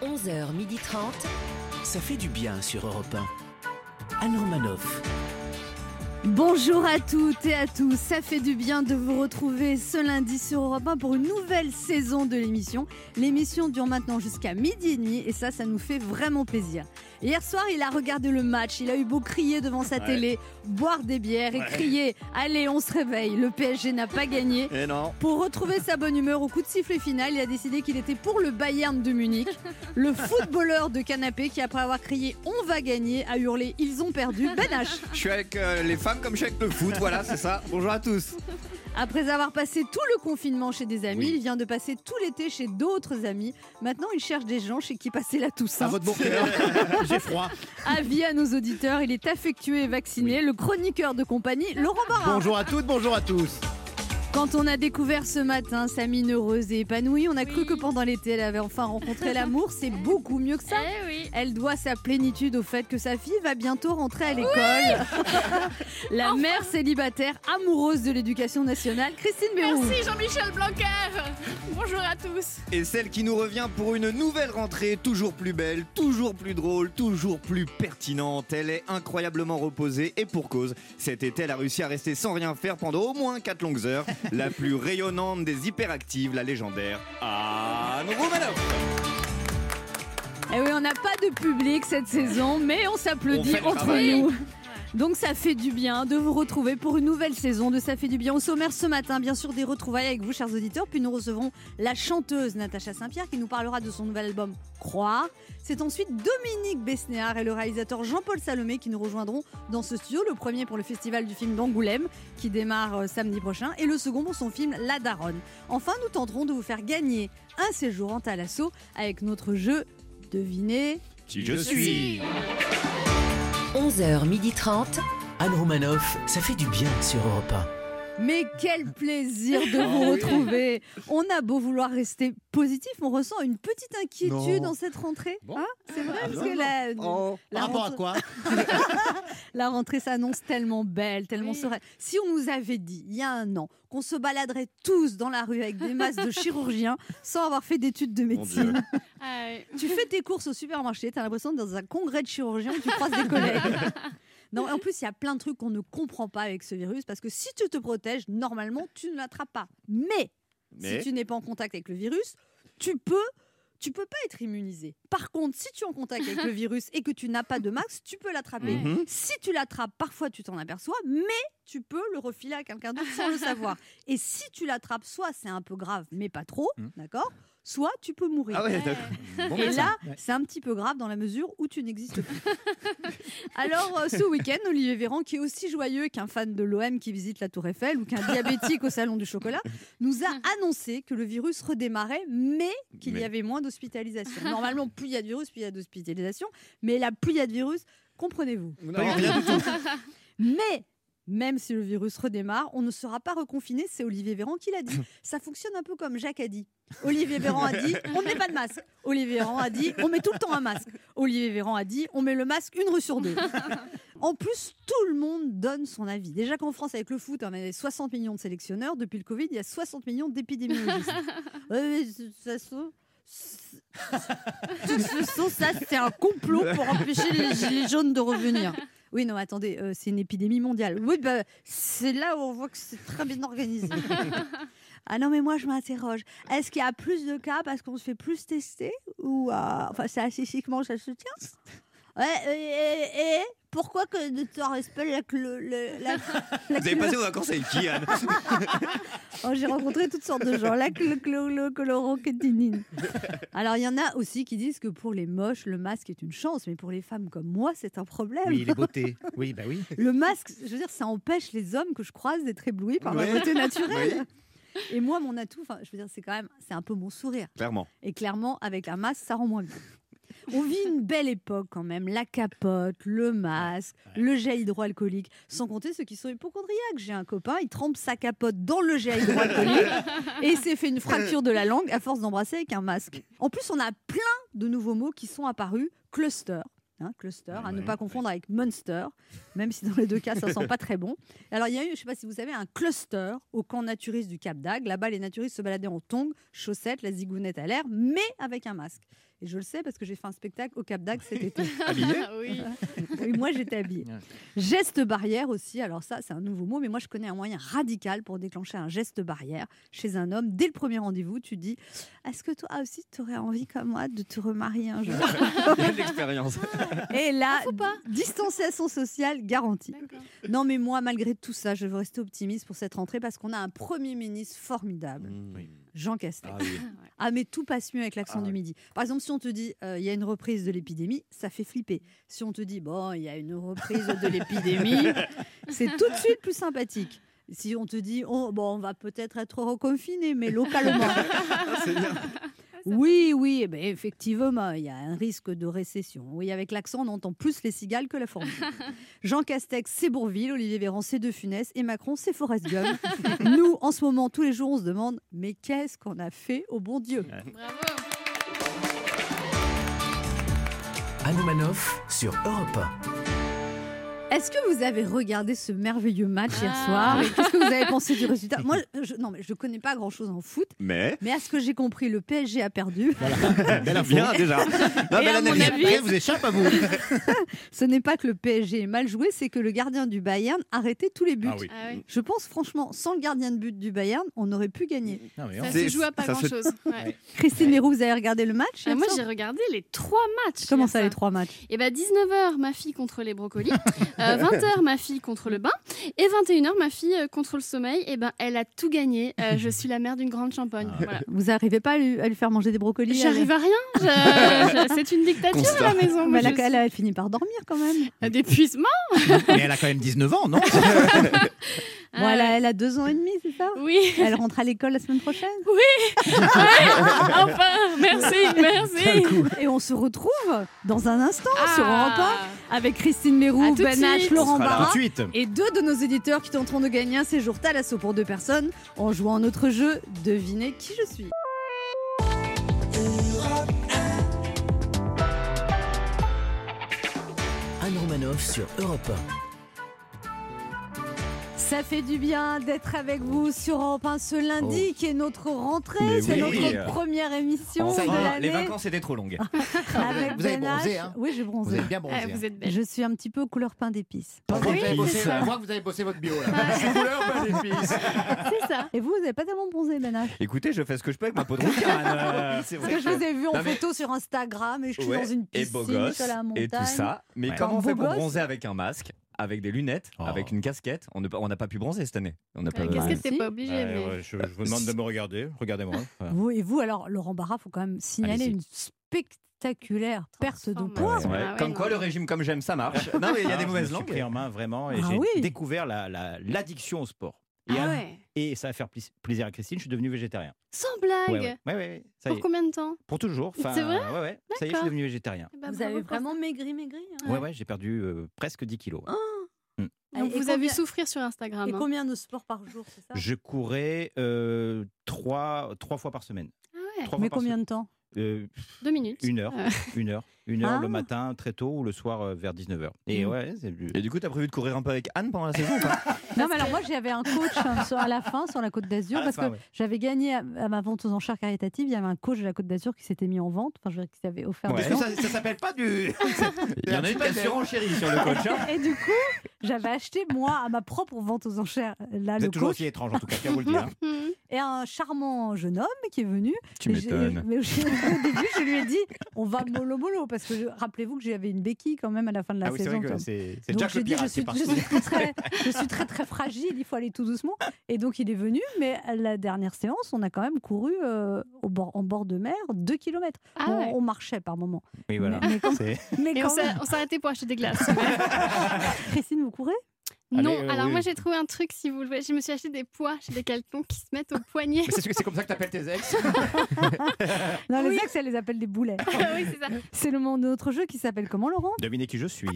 11h30. Ça fait du bien sur Europe 1. Anne Romanoff. Bonjour à toutes et à tous, ça fait du bien de vous retrouver ce lundi sur Europe 1 pour une nouvelle saison de l'émission. L'émission dure maintenant jusqu'à midi et demi et ça, ça nous fait vraiment plaisir. Hier soir, il a regardé le match, il a eu beau crier devant sa Ouais. télé, boire des bières et Ouais. crier « Allez, on se réveille, le PSG n'a pas gagné ». Et non. Pour retrouver sa bonne humeur au coup de sifflet final, il a décidé qu'il était pour le Bayern de Munich. Le footballeur de canapé qui, après avoir crié « On va gagner », a hurlé « Ils ont perdu », Ben H. Je suis avec euh, les femmes comme je suis avec le foot, voilà, c'est ça. Bonjour à tous. Après avoir passé tout le confinement chez des amis, il vient de passer tout l'été chez d'autres amis. Maintenant, il cherche des gens chez qui passer la Toussaint. À votre bon cœur. J'ai froid. Avis à nos auditeurs, il est affectué et vacciné, le chroniqueur de compagnie, Laurent Barra. Bonjour à toutes, bonjour à tous. Quand on a découvert ce matin sa mine heureuse et épanouie, on a cru que pendant l'été, elle avait enfin rencontré l'amour. C'est beaucoup mieux que ça. Eh Elle doit sa plénitude au fait que sa fille va bientôt rentrer à l'école. La mère célibataire, amoureuse de l'éducation nationale, Christine Béroux. Merci Jean-Michel Blanquer. Bonjour à tous. Et celle qui nous revient pour une nouvelle rentrée, toujours plus belle, toujours plus drôle, toujours plus pertinente. Elle est incroyablement reposée et pour cause. Cet été, elle a réussi à rester sans rien faire pendant au moins 4 longues heures. La plus rayonnante des hyperactives, la légendaire Ah, Oh, Anne Romanoff. Eh oui, on n'a pas de public cette saison, mais on On s'applaudit fait le entre travail. nous. Donc ça fait du bien de vous retrouver pour une nouvelle saison de Ça fait du bien au sommaire ce matin. Bien sûr des retrouvailles avec vous chers auditeurs, puis nous recevrons la chanteuse Natacha Saint-Pierre qui nous parlera de son nouvel album Croire. C'est ensuite Dominique Besnéard et le réalisateur Jean-Paul Salomé qui nous rejoindront dans ce studio, le premier pour le festival du film d'Angoulême qui démarre euh, samedi prochain et le second pour son film La Daronne. Enfin, nous tenterons de vous faire gagner un séjour en Talasso avec notre jeu Devinez Qui je suis. 11h30. Anne Romanoff, ça fait du bien sur Europe Mais quel plaisir de vous retrouver On a beau vouloir rester positif, on ressent une petite inquiétude Non. en cette rentrée. Bon. Hein c'est vrai, Ah parce non, que non. la, la Par rapport à rentrée- quoi la rentrée s'annonce tellement belle, tellement Oui. sereine. Si on nous avait dit, il y a un an, qu'on se baladerait tous dans la rue avec des masses de chirurgiens sans avoir fait d'études de Mon Dieu. médecine, tu fais tes courses au supermarché, t'as l'impression d'être dans un congrès de chirurgiens où tu croises des collègues. Non, en plus, il y a plein de trucs qu'on ne comprend pas avec ce virus parce que si tu te protèges, normalement, tu ne l'attrapes pas. Mais, Mais si tu n'es pas en contact avec le virus, tu peux tu peux pas être immunisé. Par contre, si tu es en contact avec le virus et que tu n'as pas de max, tu peux l'attraper. Mhm. Si tu l'attrapes, parfois tu t'en aperçois, mais tu peux le refiler à quelqu'un d'autre sans le savoir. Et si tu l'attrapes, soit c'est un peu grave, mais pas trop, Mhm. d'accord Soit tu peux mourir. Ah ouais, d'accord. Bon Et médecin. là, Ouais. c'est un petit peu grave dans la mesure où tu n'existes plus. Alors, euh, ce week-end, Olivier Véran, qui est aussi joyeux qu'un fan de l'OM qui visite la Tour Eiffel ou qu'un diabétique au Salon du Chocolat, nous a annoncé que le virus redémarrait, mais qu'il y Mais. avait moins d'hospitalisations. Normalement, plus il y a de virus, plus il y a d'hospitalisations. Mais là, plus il y a de virus, comprenez-vous. Non, rien du tout. Mais même si le virus redémarre, on ne sera pas reconfiné, c'est Olivier Véran qui l'a dit. Ça fonctionne un peu comme Jacques a dit. Olivier Véran a dit on ne met pas de masque. Olivier Véran a dit on met tout le temps un masque. Olivier Véran a dit on met le masque une rue sur deux. En plus, tout le monde donne son avis. Déjà qu'en France, avec le foot, on a 60 millions de sélectionneurs. Depuis le Covid, il y a 60 millions d'épidémiologistes. Ouais, mais de toute façon, c'est- de toute façon, ça, c'est un complot pour empêcher les gilets jaunes de revenir. Oui, non, attendez, euh, c'est une épidémie mondiale. Oui, bah, c'est là où on voit que c'est très bien organisé. Ah non, mais moi, je m'interroge. Est-ce qu'il y a plus de cas parce qu'on se fait plus tester Ou, euh, enfin, c'est statistiquement, ça se tient Ouais, et, et- et pourquoi que ne te respecte la, clo- le- la, la Vous avez passé vos vacances avec qui, Anne Oh, J'ai rencontré toutes sortes de gens. La clo clo clo chloroquétinine. Alors, il y en a aussi qui disent que pour les moches, le masque est une chance, mais pour les femmes comme moi, c'est un problème. Oui, les beautés. Oui, bah oui. Le masque, je veux dire, ça empêche les hommes que je croise d'être éblouis par Ouais. la beauté naturelle. Et moi, mon atout, enfin, je veux dire, c'est quand même, c'est un peu mon sourire. Clairement. Et clairement, avec un masque, ça rend moins bien. On vit une belle époque quand même. La capote, le masque, le gel hydroalcoolique. Sans compter ceux qui sont hypochondriaques. J'ai un copain, il trempe sa capote dans le gel hydroalcoolique et il s'est fait une fracture de la langue à force d'embrasser avec un masque. En plus, on a plein de nouveaux mots qui sont apparus. Cluster. hein, cluster, à ne Ouais. pas confondre avec monster, même si dans les deux cas ça sent pas très bon. Alors il y a eu, je sais pas si vous savez, un cluster au camp naturiste du Cap d'Agde. Là-bas, les naturistes se baladaient en tongs, chaussettes, la zigounette à l'air, mais avec un masque. Et je le sais parce que j'ai fait un spectacle au Cap d'Agde cet été. Ah oui. Oui, moi j'étais habillée. Ouais. Geste barrière aussi. Alors ça, c'est un nouveau mot, mais moi je connais un moyen radical pour déclencher un geste barrière chez un homme. Dès le premier rendez-vous, tu dis Est-ce que toi aussi, tu aurais envie comme moi de te remarier un jour J'ai de l'expérience. Et là, Ah, Faut pas. distanciation sociale garantie. D'accord. Non, mais moi, malgré tout ça, je veux rester optimiste pour cette rentrée parce qu'on a un Premier ministre formidable, Jean Castex. Ah Ah. oui. mais tout passe mieux avec l'accent Ah du ouais. midi. Par exemple, si on te dit euh, il y a une reprise de l'épidémie, ça fait flipper. Si on te dit bon, il y a une reprise de l'épidémie, c'est tout de suite plus sympathique. Si on te dit oh, bon, on va peut-être être reconfiné, mais localement. Ah, c'est bien. Oui, oui, eh ben, effectivement, il y a un risque de récession. Oui, avec l'accent, on entend plus les cigales que la formule. Jean Castex, c'est Bourville, Olivier Véran, c'est De Funès, et Macron, c'est Forrest Gump. Nous, en ce moment, tous les jours, on se demande mais qu'est-ce qu'on a fait au bon Dieu Bravo. Anne Romanoff sur Europe 1. Est-ce que vous avez regardé ce merveilleux match hier Ah. soir et Qu'est-ce que vous avez pensé du résultat Moi, je, non, mais je connais pas grand-chose en foot, Mais. mais à ce que j'ai compris, le PSG a perdu. Belle info. Bien déjà. Non, Et à mon analyse. avis- Après, vous échappe à vous. Ce n'est pas que le PSG est mal joué, c'est que le gardien du Bayern arrêtait tous les buts. oui. Ah oui. Je pense franchement, sans le gardien de but du Bayern, on aurait pu gagner. Non, mais on- Ça C'est- se joue à pas ça se- grand-chose. Ouais. Ouais. Christine Leroux, vous avez regardé le match Ah, hier moi, soir j'ai regardé les trois matchs. Comment hier ça, les soir. trois matchs Eh ben 19h, ma fille contre les brocolis. 20h, ma fille contre le bain. Et 21h, ma fille euh, contre le sommeil. Eh ben, elle a tout gagné. Euh, je suis la mère d'une grande champagne. Ah. Voilà. Vous n'arrivez pas à lui, à lui faire manger des brocolis J'arrive à rien. Je- je- C'est une dictature Constat. à la maison. elle, Moi, Mais elle, a- je elle a fini par dormir quand même. suis- D'épuisement. Mais elle a quand même 19 ans, non Bon, elle, a, elle a deux ans et demi, c'est ça Euh, Oui. Elle rentre à l'école la semaine prochaine. Ah, Enfin, merci, merci. Et on se retrouve dans un instant sur Europe 1 Ah. avec Christine À Leroux, tout de Ben H, suite. Laurent Voilà. Tout de Barra. suite. Et deux de nos éditeurs qui tenteront de gagner un séjour Thalasso pour deux personnes en jouant à notre jeu Devinez qui je suis. Anne Romanoff sur Europe Ça fait du bien d'être avec vous sur Europe 1 ce lundi Oh. qui est notre rentrée, Mais c'est oui. notre première émission Enfin, de les l'année. vacances étaient trop longues. Avec Vous avez Ben H. bronzé, hein Oui, j'ai Vous bronzé. êtes bien Ah, bronzé. hein. vous êtes belle. Je suis un petit peu couleur pain d'épices. Oui, vous avez bossé, c'est là. ça. Je crois que vous avez bossé votre bio. Là. C'est couleur, pas d'épices. C'est ça. Et vous, vous n'avez pas tellement bronzé, Ben H. Écoutez, je fais ce que je peux avec ma peau de rouquin. C'est Parce que je vous ai vu en Non, mais- photo sur Instagram et je suis Ouais, dans une et piscine beau gosse sur la montagne. et tout ça. Mais Ouais. comment on Beau fait pour gosse. bronzer avec un masque, avec des lunettes, Oh. avec une casquette On n'a pas- on n'a pas pu bronzer cette année. On n'a pas. La casquette, si. t'es pas obligé. Ouais, mais- ouais, je, je vous demande de me regarder. Regardez-moi. Voilà. Vous, et vous, alors, Laurent Barra, faut quand même signaler Allez-y. une spectaculaire perte de Transforme. poids. Ouais. Ah ouais, Comme non. quoi, le régime comme j'aime, ça marche. non, mais il y a Ah, je des me mauvaises suis langues. pris en main vraiment et Ah j'ai oui. découvert la- la- l'addiction au sport. Et, Ah à- ouais. et ça va faire pli- plaisir à Christine, je suis devenu végétarien. Sans Ouais, blague. ouais, ouais, ouais, ça y Pour est. combien de temps Pour toujours. C'est Enfin, vrai ouais, ouais, Ça y est, je D'accord. suis devenu végétarien. Eh ben, Vous bravo avez pour ça. vraiment maigri, maigri. hein. Ouais, ouais, j'ai perdu euh, presque 10 kilos. Oh, On Et vous combien- a vu souffrir sur Instagram. Et hein. combien de sports par jour, c'est ça Je courais euh, trois, trois fois par semaine. Ah ouais. Trois Mais fois par combien de temps semaine. Euh, Deux minutes. une heure, Euh. une heure, une heure Ah. le matin très tôt ou le soir euh, vers 19h. Et Mm. ouais, c'est du- Et du coup, t'as prévu de courir un peu avec Anne pendant la saison ou pas Non, mais alors moi j'avais un coach hein, sur- à la fin sur la Côte d'Azur À Ah, la parce fin, que ouais. j'avais gagné à, à ma vente aux enchères caritatives. Il y avait un coach de la Côte d'Azur qui s'était mis en vente, enfin je veux dire qui s'avait offert. Ouais. des Est-ce que ça, ça s'appelle pas du. Il y en a une qui a surenchérie sur le coach. hein. Et du coup, j'avais acheté moi à ma propre vente aux enchères là Vous le êtes toujours coach aussi étrange en tout cas, tiens, vous le dire. hein. Hmm. et un charmant jeune homme qui est venu. Tu Et j'ai- m'étonnes. Mais j'ai- au début, je lui ai dit on va mollo mollo parce que je- rappelez-vous que j'avais une béquille quand même à la fin de la Ah oui, c'est saison. vrai que toi. c'est c'est Donc Jack j'ai le dit je pirate, suis, c'est je parti. suis très, très- je suis très très fragile, il faut aller tout doucement. Et donc il est venu, mais à la dernière séance, on a quand même couru euh, au bord, en bord de mer 2 km. Ah on, ouais. on marchait par moment. Oui, voilà. Mais, mais quand, C'est- mais Et on quand s'est- même. on s'est arrêté pour acheter des glaces. Christine, vous courez Allez, non, euh, alors oui. moi j'ai trouvé un truc si vous le voulez. Je me suis acheté des poids chez des caletons qui se mettent au poignet. Mais c'est c'est comme ça que t'appelles tes ex Non, les Oui. ex, elle les appelle des boulets. oui, c'est ça. C'est le nom de notre jeu qui s'appelle comment, Laurent Devinez qui je suis. 1.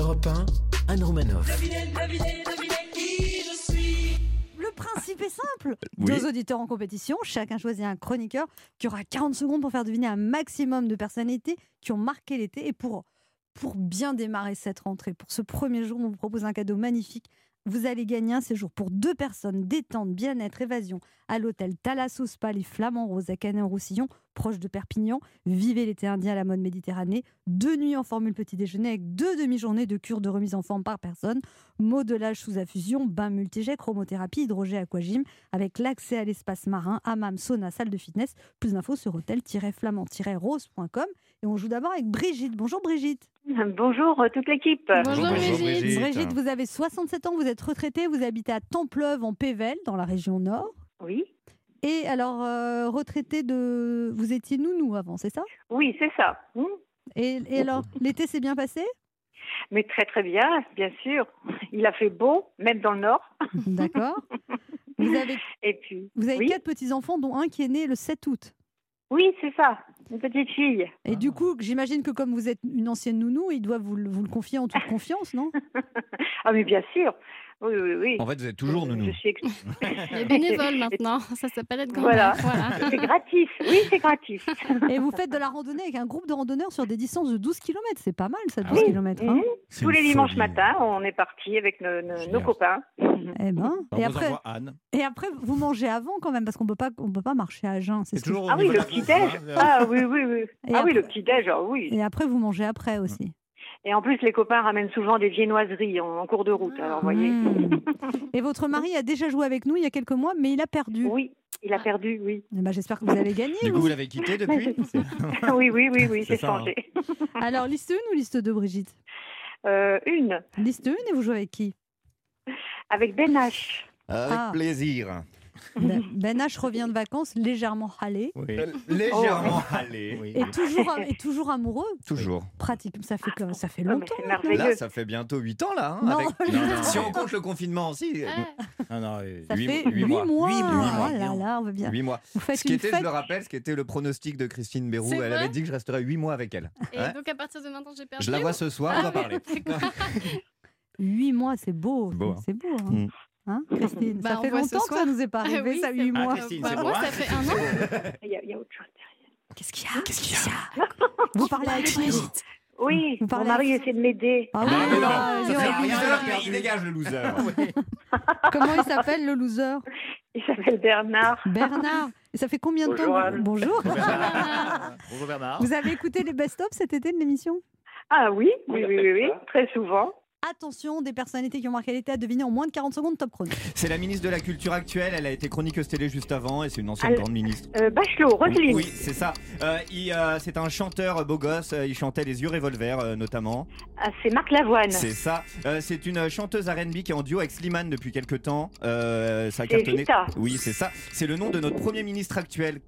Europe 1, Anne Romanoff. Le principe est simple. Oui. Deux auditeurs en compétition, chacun choisit un chroniqueur qui aura 40 secondes pour faire deviner un maximum de personnalités qui ont marqué l'été. Et pour, pour bien démarrer cette rentrée, pour ce premier jour, on vous propose un cadeau magnifique. Vous allez gagner un séjour pour deux personnes, détente, bien-être, évasion, à l'hôtel Thalasso Spa, les Flamands Roses à Canet-en-Roussillon, proche de Perpignan. Vivez l'été indien à la mode Méditerranée. Deux nuits en formule petit déjeuner avec deux demi-journées de cure de remise en forme par personne. Modelage sous affusion, bain multijet, chromothérapie, hydrogé aquagym avec l'accès à l'espace marin, hammam, sauna, salle de fitness. Plus d'infos sur hôtel-flamand-rose.com. Et on joue d'abord avec Brigitte. Bonjour Brigitte. Bonjour euh, toute l'équipe. Bonjour, Bonjour, Brigitte. Brigitte. Brigitte, vous avez 67 ans, vous êtes retraitée, vous habitez à Templeuve en Pével, dans la région Nord. Oui, Et alors, euh, retraitée de. Vous étiez nounou avant, c'est ça oui, c'est ça. Hmm. et, et alors, l'été s'est bien passé Mais très très bien, bien sûr. Il a fait beau, même dans le nord. D'accord. Vous avez, Et puis, vous avez Oui. quatre petits-enfants, dont un qui est né le 7 août. oui, c'est ça, une petite fille. Et du coup, j'imagine que comme vous êtes une ancienne nounou, ils doivent vous, le- vous le confier en toute confiance, non Ah mais bien sûr. Oui, oui, oui. En fait, vous êtes toujours Je nounou. suis ex- Les bénévoles maintenant, ça s'appelle être grand Voilà. voilà. C'est gratis. Oui, c'est gratis. Et vous faites de la randonnée avec un groupe de randonneurs sur des distances de 12 km. C'est pas mal, ça, hein. Ah 12 oui. km. Mhm. Tous les dimanches matin, on est parti avec nos, nos- nos Génial. copains. Eh ben, On et, vous après, envoie Anne. et après, vous mangez avant quand même, parce qu'on peut pas, on peut pas marcher à jeun. C'est C'est ce que je- toujours au Ah oui, niveau de la le petit conf, déj. hein, vers- Ah oui, oui, oui. Et ah oui, après- le petit déj. Ah oui. Et après, vous mangez après aussi. Et en plus, les copains ramènent souvent des viennoiseries en, en cours de route. Alors, vous voyez. Mmh. Et votre mari a déjà joué avec nous il y a quelques mois, mais il a perdu. Oui, il a perdu. Oui, Eh ben, J'espère que vous allez gagner. Du coup, vous. vous l'avez quitté depuis hein. oui, oui, oui, oui. C'est J'ai ça, changé. Alors, liste 1 ou liste 2, Brigitte Euh, une Liste 1 et vous jouez avec qui avec Ben H. Avec Ah. plaisir. Ben Ben H revient de vacances légèrement râlé Oui. Euh, Légèrement allé. Oui. et toujours, am- et toujours amoureux. Toujours. Pratique, ça fait, comme- ça fait Ah, mais longtemps. c'est maintenant. merveilleux. Là, ça fait bientôt 8 ans, là. hein, Non. Non, non, Si on mais- compte le confinement aussi, Ah, Ah non, oui. Ça Huit- fait huit 8 mois. mois. Huit mois. Oh là là, on veut bien. 8 mois. Vous faites Ce qui une était, je fête. le rappelle, ce qui était le pronostic de Christine Béroux, C'est elle vrai avait dit que je resterais 8 mois avec elle. Et Ouais. donc à partir de maintenant, j'ai perdu. Ah Je la vois ce soir, on va parler. 8 mois, c'est beau. C'est beau, hein. C'est beau. hein. Mm. Hein, Christine Bah, Ça on fait voit ce longtemps que ça soir. nous est pas Ah arrivé, oui, ça, c'est 8 vrai. mois. Ah, Christine, Bah, c'est moi, bon, ça fait un an. Il y, a- il y a autre chose derrière. Qu'est-ce qu'il y a Qu'est-ce qu'il y a Vous parlez avec nous Oui, Vous parlez mon mari avec- essaie de m'aider. Ah oui, Non, mais non, ah, ça oui, sert à on- rien, il il a a perdu. perdu. Il dégage le loser. Ah Comment il s'appelle le loser Il s'appelle Bernard. Bernard. Et ça fait combien de Bonjour, temps que- Anne. Bonjour. Bonjour Bernard. Vous avez écouté les best-of cet été de l'émission Ah oui, oui, oui, oui, oui, ça. très souvent. Attention, des personnalités qui ont marqué l'été à deviner en moins de 40 secondes top chrono. C'est la ministre de la Culture actuelle, elle a été chroniqueuse télé juste avant et c'est une ancienne Alors- grande ministre. Euh, Bachelot, Roselyne, Oui, c'est ça. Euh, il, euh, c'est un chanteur euh, beau gosse, euh, il chantait Les Yeux Revolver euh, notamment. Ah, c'est Marc Lavoine, C'est ça. Euh, c'est une euh, chanteuse RB qui est en duo avec Slimane depuis quelques temps. Euh, ça a c'est cartonné. Vita, Oui, c'est ça. C'est le nom de notre Premier ministre actuel.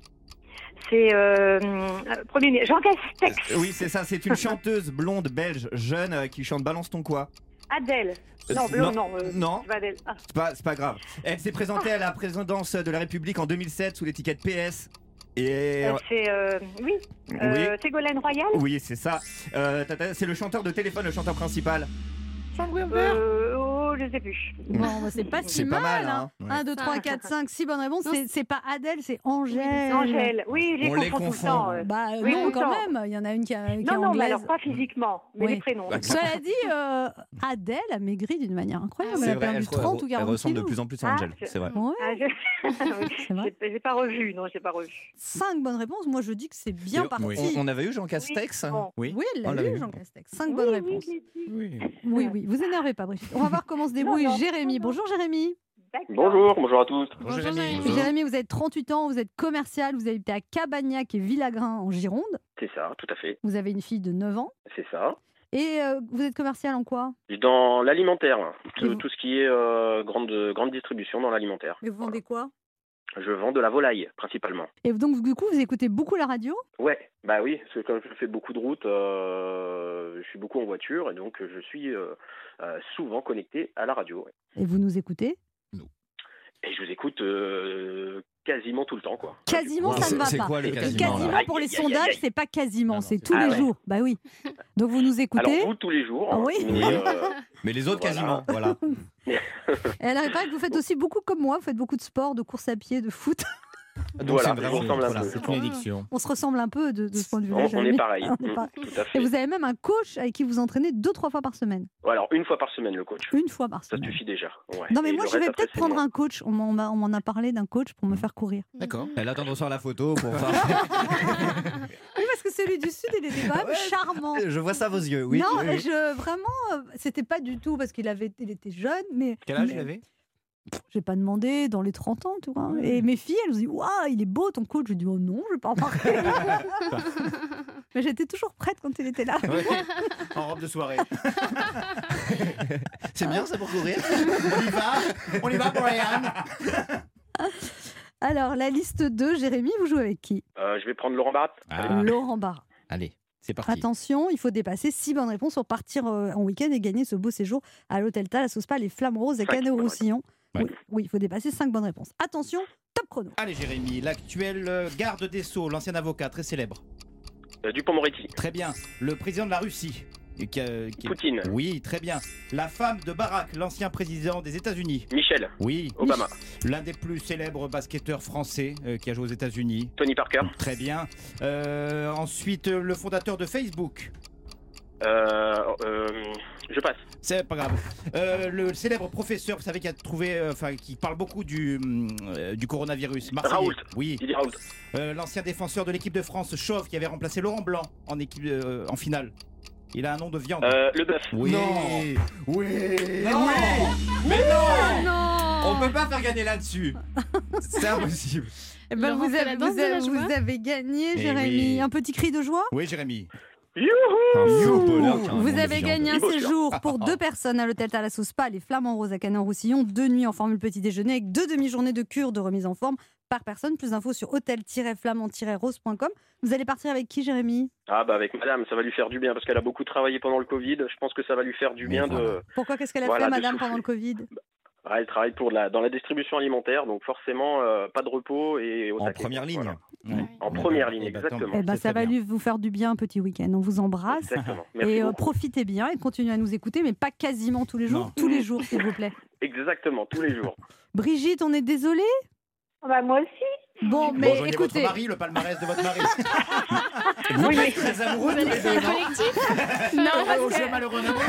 c'est euh, euh, premier ministre- Jean Castex, Euh, Oui, c'est ça. C'est une chanteuse blonde belge jeune euh, qui chante Balance ton quoi. Adèle. Euh, Non, Blanc, non, euh, non. c'est pas Adèle. Ah, C'est pas, c'est pas grave. Elle s'est présentée à la présidence de la République en 2007 sous l'étiquette PS. Et euh, c'est euh, oui, euh, Ségolène Royal, oui, c'est ça. Euh, tata, c'est le chanteur de téléphone, le chanteur principal. euh, oh, je sais plus. Bon, bah, c'est pas si C'est pas mal, hein. Ouais. 1, 2, 3, 4, 5, 6 bonnes réponses. Non, C'est- C'est pas Adèle, c'est Angèle. Angèle, oui, je On les les confonds tout le confond. temps. euh. Bah euh, Oui, non, tout le quand temps. même. Il y en a une qui, a- qui est Non, non, mais anglaise. alors pas physiquement, mais Oui. les prénoms. Bah, Cela dit, euh, Adèle a maigri d'une manière incroyable. Ah, elle c'est a perdu 30 ou 40 ressemble de kilos. plus en plus à Angel, Ah, je- c'est vrai. Ouais, Ah, je- c'est vrai. J'ai j'ai pas revu, non, j'ai pas revu. 5 bonnes réponses. Moi, je dis que c'est bien Et- parti. oui. On, on avait eu Jean Castex hein. bon. Oui. Oui, elle On l'a l'avait eu, vu. Jean Castex. 5 bonnes Oui, oui, réponses. oui, oui. Oui. Oui, oui. Vous énervez pas, Brigitte. On va voir comment se débrouille Non, non. Jérémy. Bonjour, Jérémy. D'accord. Bonjour, bonjour à tous. Bonjour, Jérémy. Jérémy. Jérémy, vous êtes 38 ans, vous êtes commercial, vous habitez à Cabagnac et Villagrain en Gironde. C'est ça, tout à fait. Vous avez une fille de 9 ans. C'est ça. Et euh, vous êtes commercial en quoi Je suis Dans l'alimentaire, hein. Et tout, vous tout ce qui est euh, grande, grande distribution dans l'alimentaire. Mais vous vendez quoi Je vends de la volaille, principalement. Et donc, du coup, vous écoutez beaucoup la radio Ouais, bah oui, parce que comme je fais beaucoup de routes, euh, je suis beaucoup en voiture et donc je suis euh, euh, souvent connecté à la radio. ouais. et vous nous écoutez. Et je vous écoute euh, quasiment tout le temps, quoi. Quasiment, Wow, ça ne c'est- va c'est pas. quoi le Et quasiment, quasiment, là pour les Aïe, aïe, aïe, sondages, aïe. c'est pas quasiment, Non, c'est non, tous c'est- les Ah ouais. jours. Bah oui. Donc, vous nous écoutez. Alors vous tous les jours. hein. Ah oui. Mais, euh, Mais les autres Voilà. quasiment, voilà. Et alors, il paraît que vous faites aussi beaucoup comme moi, vous faites beaucoup de sport, de course à pied, de foot. Donc, Voilà, c'est je vraiment- vous ressemble un peu, C'est je une pense. addiction. On se ressemble un peu de, de ce point de On, vue-là. on Jérémy. est pareil. On est pareil. Mm, tout à fait. Et vous avez même un coach avec qui vous entraînez deux, trois fois par semaine. Alors, une fois par semaine, le coach. Une fois par Ça semaine. suffit déjà. Ouais. Non, mais Et moi, le je vais reste, après, peut-être c'est prendre moi. un coach. On m'en on m'en a parlé d'un coach pour Mm. me faire courir. D'accord. Elle attend de recevoir la photo pour faire. Oui, parce que celui du Sud, il était quand même Ouais. charmant. je vois ça à vos yeux, oui. non, Oui, oui. je vraiment, euh, c'était pas du tout parce qu'il avait, il était jeune, mais Quel âge mais- il avait J'ai pas demandé dans les 30 ans, tu vois. Et mes filles, elles ont dit waouh, il est beau ton coach. Je dis oh non, je vais pas remarquer. mais j'étais toujours prête quand il était là. En robe de soirée. C'est bien ça pour courir. on y va, on y va, Brian. Alors la liste 2, Jérémy, vous jouez avec qui Euh, je vais prendre Laurent Barat. Ah. Laurent Barra. Allez, c'est parti. Attention, il faut dépasser 6 bonnes réponses pour partir euh, en week-end et gagner ce beau séjour à l'hôtel Tal, à Sospa, les Flammes Roses et Cinq Canet bonnes Roussillon. Ouais. Oui, oui, il faut dépasser 5 bonnes réponses. Attention, top chrono. Allez Jérémy, l'actuel euh, garde des Sceaux, l'ancien avocat très célèbre. Euh, Dupont-Moretti. Très bien. Le président de la Russie. et qui a- qui est- Poutine. Oui, très bien. La femme de Barack, l'ancien président des États-Unis. Michel. Oui. Obama. L'un des plus célèbres basketteurs français euh, qui a joué aux États-Unis. Tony Parker. Mm. Très bien. Euh, ensuite, euh, le fondateur de Facebook. Euh, euh, je passe. C'est pas grave. Euh, le célèbre professeur, vous savez, qui a trouvé, euh, enfin, qui parle beaucoup du, hum, euh, du coronavirus. Marseillais. Raoult. Oui. Didier Raoult. Euh, l'ancien défenseur de l'équipe de France, Chauve, qui avait remplacé Laurent Blanc en équipe euh, en finale. Il a un nom de viande. Euh, le bœuf. Oui. Non. Oui. Non. Oh On peut pas faire gagner là-dessus. C'est impossible. Eh ben, Laurent vous fait avez- la danse vous de la avez- joie. vous gagné, Eh Jérémy. oui. Un petit cri de joie Oui, Jérémy. Vous avez gagné un Il est beau, celui-là. séjour pour deux personnes à l'hôtel Thalassos Spa, les Flamants Roses à Canet-Roussillon, deux nuits en formule petit déjeuner avec deux demi-journées de cure de remise en forme par personne. Plus d'infos sur hôtel-flamand-rose.com. Vous allez partir avec qui, Jérémy Ah bah avec madame, ça va lui faire du bien parce qu'elle a beaucoup travaillé pendant le Covid. Je pense que ça va lui faire du bien de... Pourquoi Qu'est-ce qu'elle a Voilà, fait, de madame, souffler. pendant le Covid Ah, elle travaille pour la... dans la distribution alimentaire, donc forcément euh, pas de repos et au En taquet. première ligne. Voilà. Ouais. En première ligne, Eh ben, tant exactement. mieux. Eh ben, C'est ça très va bien. lui vous faire du bien un petit week-end. On vous embrasse. Exactement. Merci et euh, beaucoup. profitez bien et continuez à nous écouter, mais pas quasiment tous les jours. Non. Tous les jours, s'il vous plaît. Exactement, tous les jours. Brigitte, on est désolé. Ah bah, moi aussi. Bon, mais Rejoignez écoutez, votre mari, le palmarès de votre mari. Oui, mais- Très amoureux Vous tous les allez faire deux. un collectif Non, Euh, parce Au que- jeu malheureux d'amour.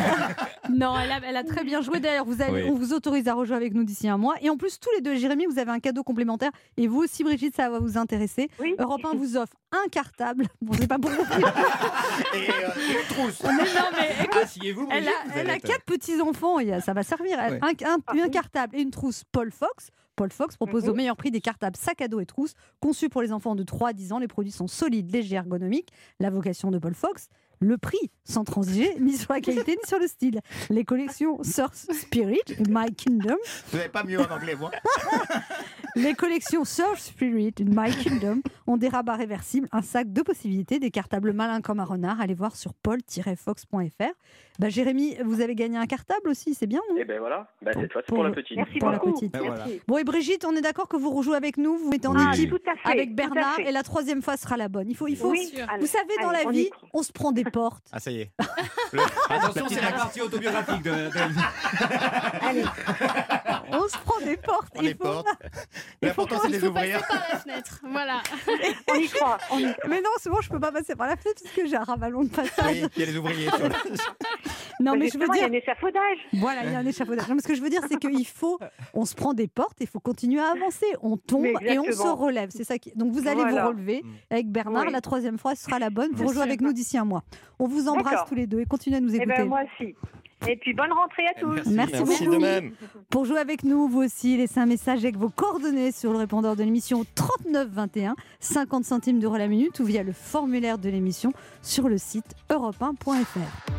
non, elle a, elle a très bien joué. D'ailleurs, vous allez, Oui. on vous autorise à rejouer avec nous d'ici un mois. Et en plus, tous les deux, Jérémy, vous avez un cadeau complémentaire. Et vous aussi, Brigitte, ça va vous intéresser. Oui. Europe 1 vous offre un cartable. Bon, c'est pas pour vous. Et euh, une trousse. Mais non, mais Asseyez-vous. Elle a, Brigitte, vous elle a allez être- quatre petits-enfants, et euh, ça va servir. Elle- Ouais. Un, un- un cartable et une trousse Paul Fox. Paul Fox propose au meilleur prix des cartables sac à dos et trousse, conçus pour les enfants de 3 à 10 ans. Les produits sont solides, légers, ergonomiques. La vocation de Paul Fox, le prix, sans transiger ni sur la qualité ni sur le style. Les collections Source Spirit et My Kingdom Vous hein n'avez pas mieux en anglais, moi. les collections Surf Spirit et My Kingdom ont des rabats réversibles, un sac de possibilités, des cartables malins comme un renard. Allez voir sur paul-fox.fr. Bah, Jérémy, vous avez gagné un cartable aussi, c'est bien, non Et ben voilà, bah, cette fois c'est pour Pour la le- petite. Merci Pour la beaucoup. petite. Ben voilà. Merci. Ah, Bon, et Brigitte, on est d'accord que vous rejouez avec nous, vous mettez en Oui. équipe Tout à fait. avec tout à Bernard, fait. et la troisième fois sera la bonne. Il faut, il faut. Oui, Sûr. allez, Vous savez, dans allez, la on y vie, croit. on se prend des portes. Ah, ça y est. Attention, c'est la partie autobiographique de. Allez, On se prend des portes. On il les faut- porte. il faut L'important, c'est de Il les faut passer ouvrir. par la fenêtre. Voilà. on y croit. On y... Mais non, souvent, je peux pas passer par la fenêtre parce que j'ai un ravalon de passage. Oui, il y a les ouvriers. sur le- Non, mais je veux Justement, dire, Il y a un échafaudage. Voilà, il y a un échafaudage. Non, mais ce que je veux dire, c'est qu'il faut, on se prend des portes, il faut continuer à avancer. On tombe Mais et on se exactement. relève. C'est ça qui. Donc vous allez Voilà. vous relever Mm. avec Bernard. Oui. La troisième fois, ce sera la bonne. Bien Vous rejouez sûr. avec nous d'ici un mois. On vous embrasse D'accord. tous les deux et continuez à Eh nous Et écouter. ben moi aussi. Et puis bonne rentrée Eh, à tous. Merci Merci beaucoup. de même. Pour jouer avec nous, vous aussi, laissez un message avec vos coordonnées sur le répondeur de l'émission 3921, 50 centimes d'euros la minute ou via le formulaire de l'émission sur le site europe1.fr.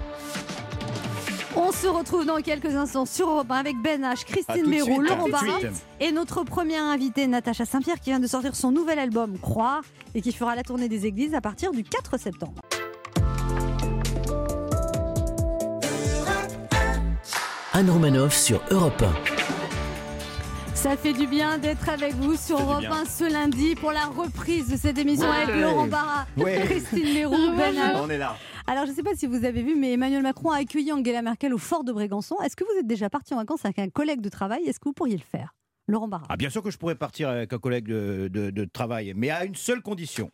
On se retrouve dans quelques instants sur Europe 1 avec Ben H, À tout Christine de Béroux, suite. Laurent À tout de Barra suite. et notre première invitée, Natacha Saint-Pierre, qui vient de sortir son nouvel album Croire et qui fera la tournée des églises à partir du 4 septembre. Anne Romanoff sur Europe Ça fait du bien d'être avec vous Ça sur fait du Europe bien. 1 ce lundi pour la reprise de cette émission avec Laurent Barra, Ouais. Christine Leroux, Ben H. On est là. Alors je ne sais pas si vous avez vu, mais Emmanuel Macron a accueilli Angela Merkel au fort de Brégançon. Est-ce que vous êtes déjà parti en vacances avec un collègue de travail Est-ce que vous pourriez le faire Laurent Barra. Ah, bien sûr que je pourrais partir avec un collègue de, de- de travail, mais à une seule condition.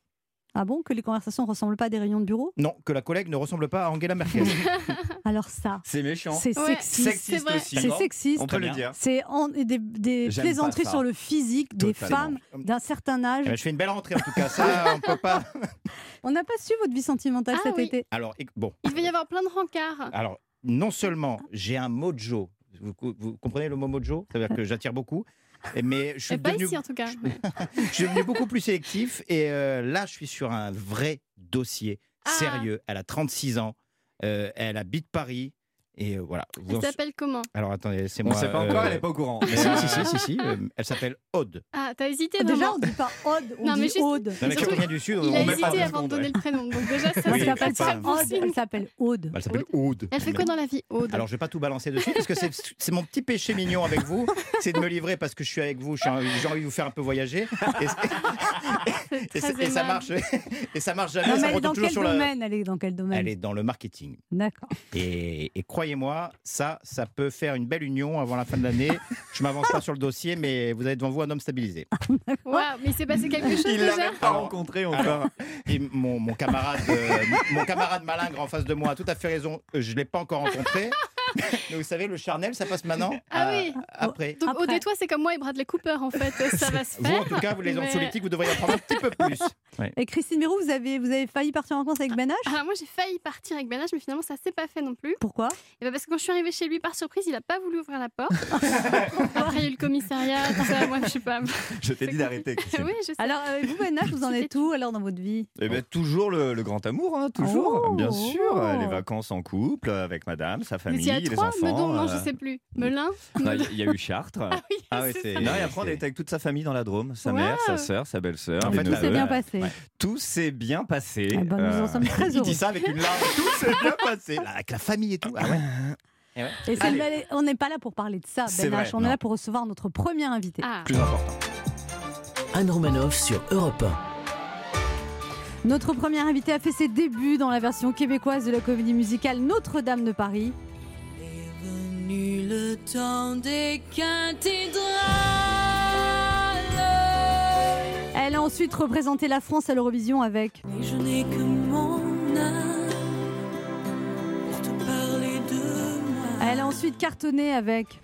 Ah bon Que les conversations ressemblent pas à des réunions de bureau Non, que la collègue ne ressemble pas à Angela Merkel. Eh Alors ça, C'est méchant. c'est Ouais. sexiste. C'est vrai. aussi. C'est Bon, sexiste. On peut peut le le dire. C'est en- des, des J'aime plaisanteries pas ça. sur le physique des Totalement. femmes d'un certain Eh ben, âge. je fais une belle rentrée en tout cas, ça on peut pas. On n'a pas su votre vie sentimentale Ah cet oui. été. Alors éc- bon, Il va y avoir plein de rencarts. alors non seulement j'ai un mojo, vous, co- vous comprenez le mot mojo Ça veut dire que j'attire beaucoup, et- mais je suis Et pas devenu, ici en tout cas. je suis devenu beaucoup plus sélectif et euh, là je suis sur un vrai dossier Ah. sérieux. Elle a 36 ans, euh, elle habite Paris et euh, voilà. Vous Elle en- s'appelle comment Alors attendez, c'est On moi. sait pas euh, encore, elle est pas au courant. mais si, si, si, si, si, euh, elle s'appelle Aude. Ah, t'as hésité Déjà, vraiment. on dit pas Aude, on Non, dit mais juste- Aude. Non, mais Surtout, quand on vient du Sud, Il on a met pas hésité deux avant de secondes, donner ouais. le prénom. Donc déjà, ça, Elle Oui, c'est s'appelle c'est pas pas un bon Aude, signe. elle s'appelle Aude. Bah, Elle s'appelle Aude. Elle fait quoi dans la vie, Aude Alors, je vais pas tout balancer dessus parce que c'est c'est mon petit péché mignon avec vous, c'est de me livrer parce que je suis avec vous, je suis en- j'ai envie de vous faire un peu voyager. Et, et- et ça- Très et ça aimable. marche, et ça marche jamais. Non, mais ça elle est retombe dans toujours quel sur la- domaine Elle est dans quel Elle domaine est dans le marketing. D'accord. Et, et croyez-moi, ça, ça peut faire une belle union avant la fin de l'année. Je m'avance pas sur le dossier, mais vous avez devant vous un homme stabilisé. Waouh, mais il s'est passé quelque chose Il l'a déjà même pas rencontré encore. Et mon, mon camarade, euh, mon camarade malingre en face de moi a tout à fait raison. Euh, Je l'ai pas encore rencontré. Mais vous savez, le charnel, ça passe maintenant. Ah à- oui. Après. Donc, Aude Après. et toi, c'est comme moi et Bradley Cooper en fait. Ça va se Vous, en faire. tout cas, vous les hommes mais- politiques, vous devriez apprendre un petit peu plus. Et Christine Mérou, vous avez, vous avez failli partir en vacances avec Ben H Alors, Ah, moi, j'ai failli partir avec Ben H, mais finalement, ça s'est pas fait non plus. Pourquoi Et ben parce que quand je suis arrivée chez lui par surprise, il a pas voulu ouvrir la porte. Après, il y a eu le commissariat, tout ça. Moi, je sais pas. Je t'ai dit C'est d'arrêter. Christine. oui, je sais. Alors, euh, vous, Ben H, vous en êtes où alors dans votre vie Eh ben, toujours le, le grand amour, hein, toujours, Oh. bien sûr. Euh, Les vacances en couple euh, avec madame, sa Mais famille, il y a les trois enfants. Meudon, non, je euh, sais plus. Melun non, Il y a eu Chartres. Ah oui, Ah oui, c'est c'est- ça. Non, et après, on c'est- était avec toute sa famille dans la Drôme. Sa Wow. mère, sa sœur, sa belle-sœur. En les fait, euh, Tout neveux. s'est bien passé. Ouais. Tout s'est bien passé. Ah bah, ben, nous en Euh, sommes très Il heureux. dit ça avec une larme. Tout s'est bien passé. Là, avec la famille et tout. Ah ouais. Et c'est une- on n'est pas là pour parler de ça, C'est Ben vrai, H. On non. est là pour recevoir notre premier invité. Ah, Plus important. Anne Romanoff sur Europe 1. Notre premier invité a fait ses débuts dans la version québécoise de la comédie musicale Notre-Dame de Paris. Est venu le temps des cathédrales. Elle a ensuite représenté la France à l'Eurovision avec Mais je n'ai que mon âme pour te parler de moi. Elle a ensuite cartonné avec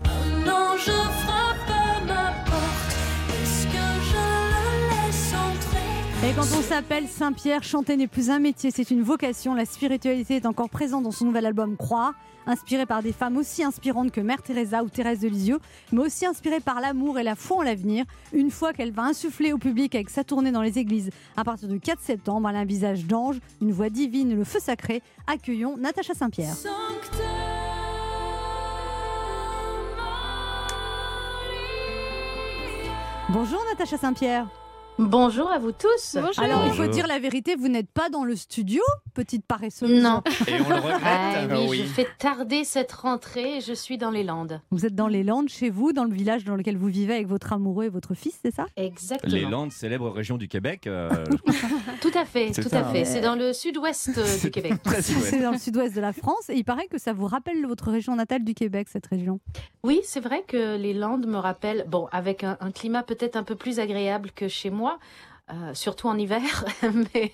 Non, je frappe à ma porte. Est-ce que je la laisse entrer? Et quand on s'appelle Saint-Pierre, chanter n'est plus un métier, c'est une vocation. La spiritualité est encore présente dans son nouvel album Croire, inspiré par des femmes aussi inspirantes que Mère Teresa ou Thérèse de Lisieux, mais aussi inspiré par l'amour et la foi en l'avenir. Une fois qu'elle va insuffler au public avec sa tournée dans les églises à partir du 4 septembre, elle a un visage d'ange, une voix divine, le feu sacré. Accueillons Natacha Saint-Pierre. Sancta Maria. Bonjour Natacha Saint-Pierre. Bonjour à vous tous. bonjour. Alors il Bonjour. faut dire la vérité, vous n'êtes pas dans le studio, petite paresseuse. Non, Et on le regrette. Ah oui, Euh, je fais tarder cette rentrée. et Je suis dans les Landes. Vous êtes dans les Landes, chez vous, dans le village dans lequel vous vivez avec votre amoureux et votre fils, c'est ça Exactement. Les Landes, célèbre région du Québec. euh, Tout à fait, C'est tout ça, à fait. hein. C'est dans le sud-ouest euh, du Québec. très C'est ouais. dans le sud-ouest de la France et il paraît que ça vous rappelle votre région natale du Québec, cette région. Oui, c'est vrai que les Landes me rappellent, bon, avec un, un climat peut-être un peu plus agréable que chez moi, euh, surtout en hiver, mais,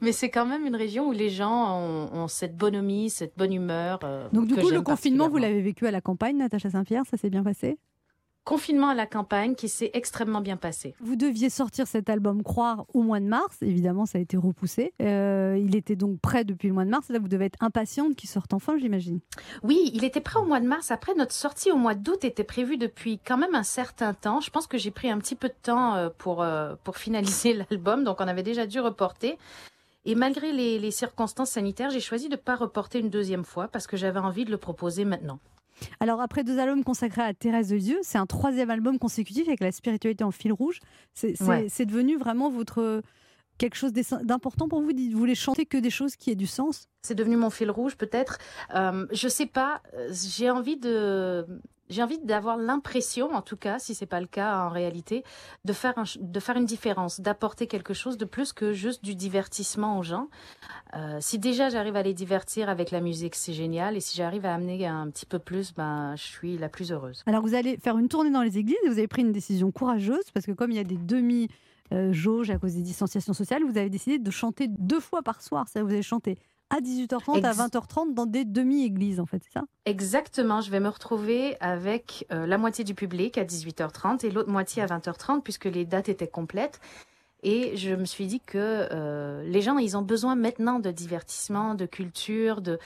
mais c'est quand même une région où les gens ont, ont cette bonhomie, cette bonne humeur. euh, Donc du que coup, le j'aime confinement, vous particulièrement. l'avez vécu à la campagne, Natacha Saint-Pierre, ça s'est bien passé Confinement à la campagne qui s'est extrêmement bien passé. Vous deviez sortir cet album Croire au mois de mars, évidemment ça a été repoussé. Euh, il était donc prêt depuis le mois de mars, là vous devez être impatiente qu'il sorte enfin, j'imagine. Oui, il était prêt au mois de mars. Après, notre sortie au mois d'août était prévue depuis quand même un certain temps. Je pense que j'ai pris un petit peu de temps euh, pour, euh, pour finaliser l'album, donc on avait déjà dû reporter. Et malgré les, les circonstances sanitaires, j'ai choisi de ne pas reporter une deuxième fois parce que j'avais envie de le proposer maintenant. Alors après deux albums consacrés à Thérèse de Dieu, c'est un troisième album consécutif avec la spiritualité en fil rouge. C'est c'est- Ouais. c'est devenu vraiment votre... euh, Quelque chose d'ess- d'important pour vous Dites- Vous voulez chanter que des choses qui aient du sens C'est devenu mon fil rouge peut-être. Euh, je sais pas, euh, j'ai envie de, j'ai envie d'avoir l'impression, en tout cas, si c'est pas le cas en réalité, de faire, un ch- de faire une différence, d'apporter quelque chose de plus que juste du divertissement aux gens. Euh, si déjà j'arrive à les divertir avec la musique, c'est génial. Et si j'arrive à amener un petit peu plus, ben, je suis la plus heureuse. Alors vous allez faire une tournée dans les églises et vous avez pris une décision courageuse parce que comme il y a des demi euh, jauges à cause des distanciations sociales, vous avez décidé de chanter deux fois par soir. Ça, vous avez chanté à 18h30, à Ex- 20h30 dans des demi-églises en fait, c'est ça Exactement, je vais me retrouver avec euh, la moitié du public à 18h30 et l'autre moitié à 20h30 puisque les dates étaient complètes. Et je me suis dit que euh, les gens, ils ont besoin maintenant de divertissement, de culture, de,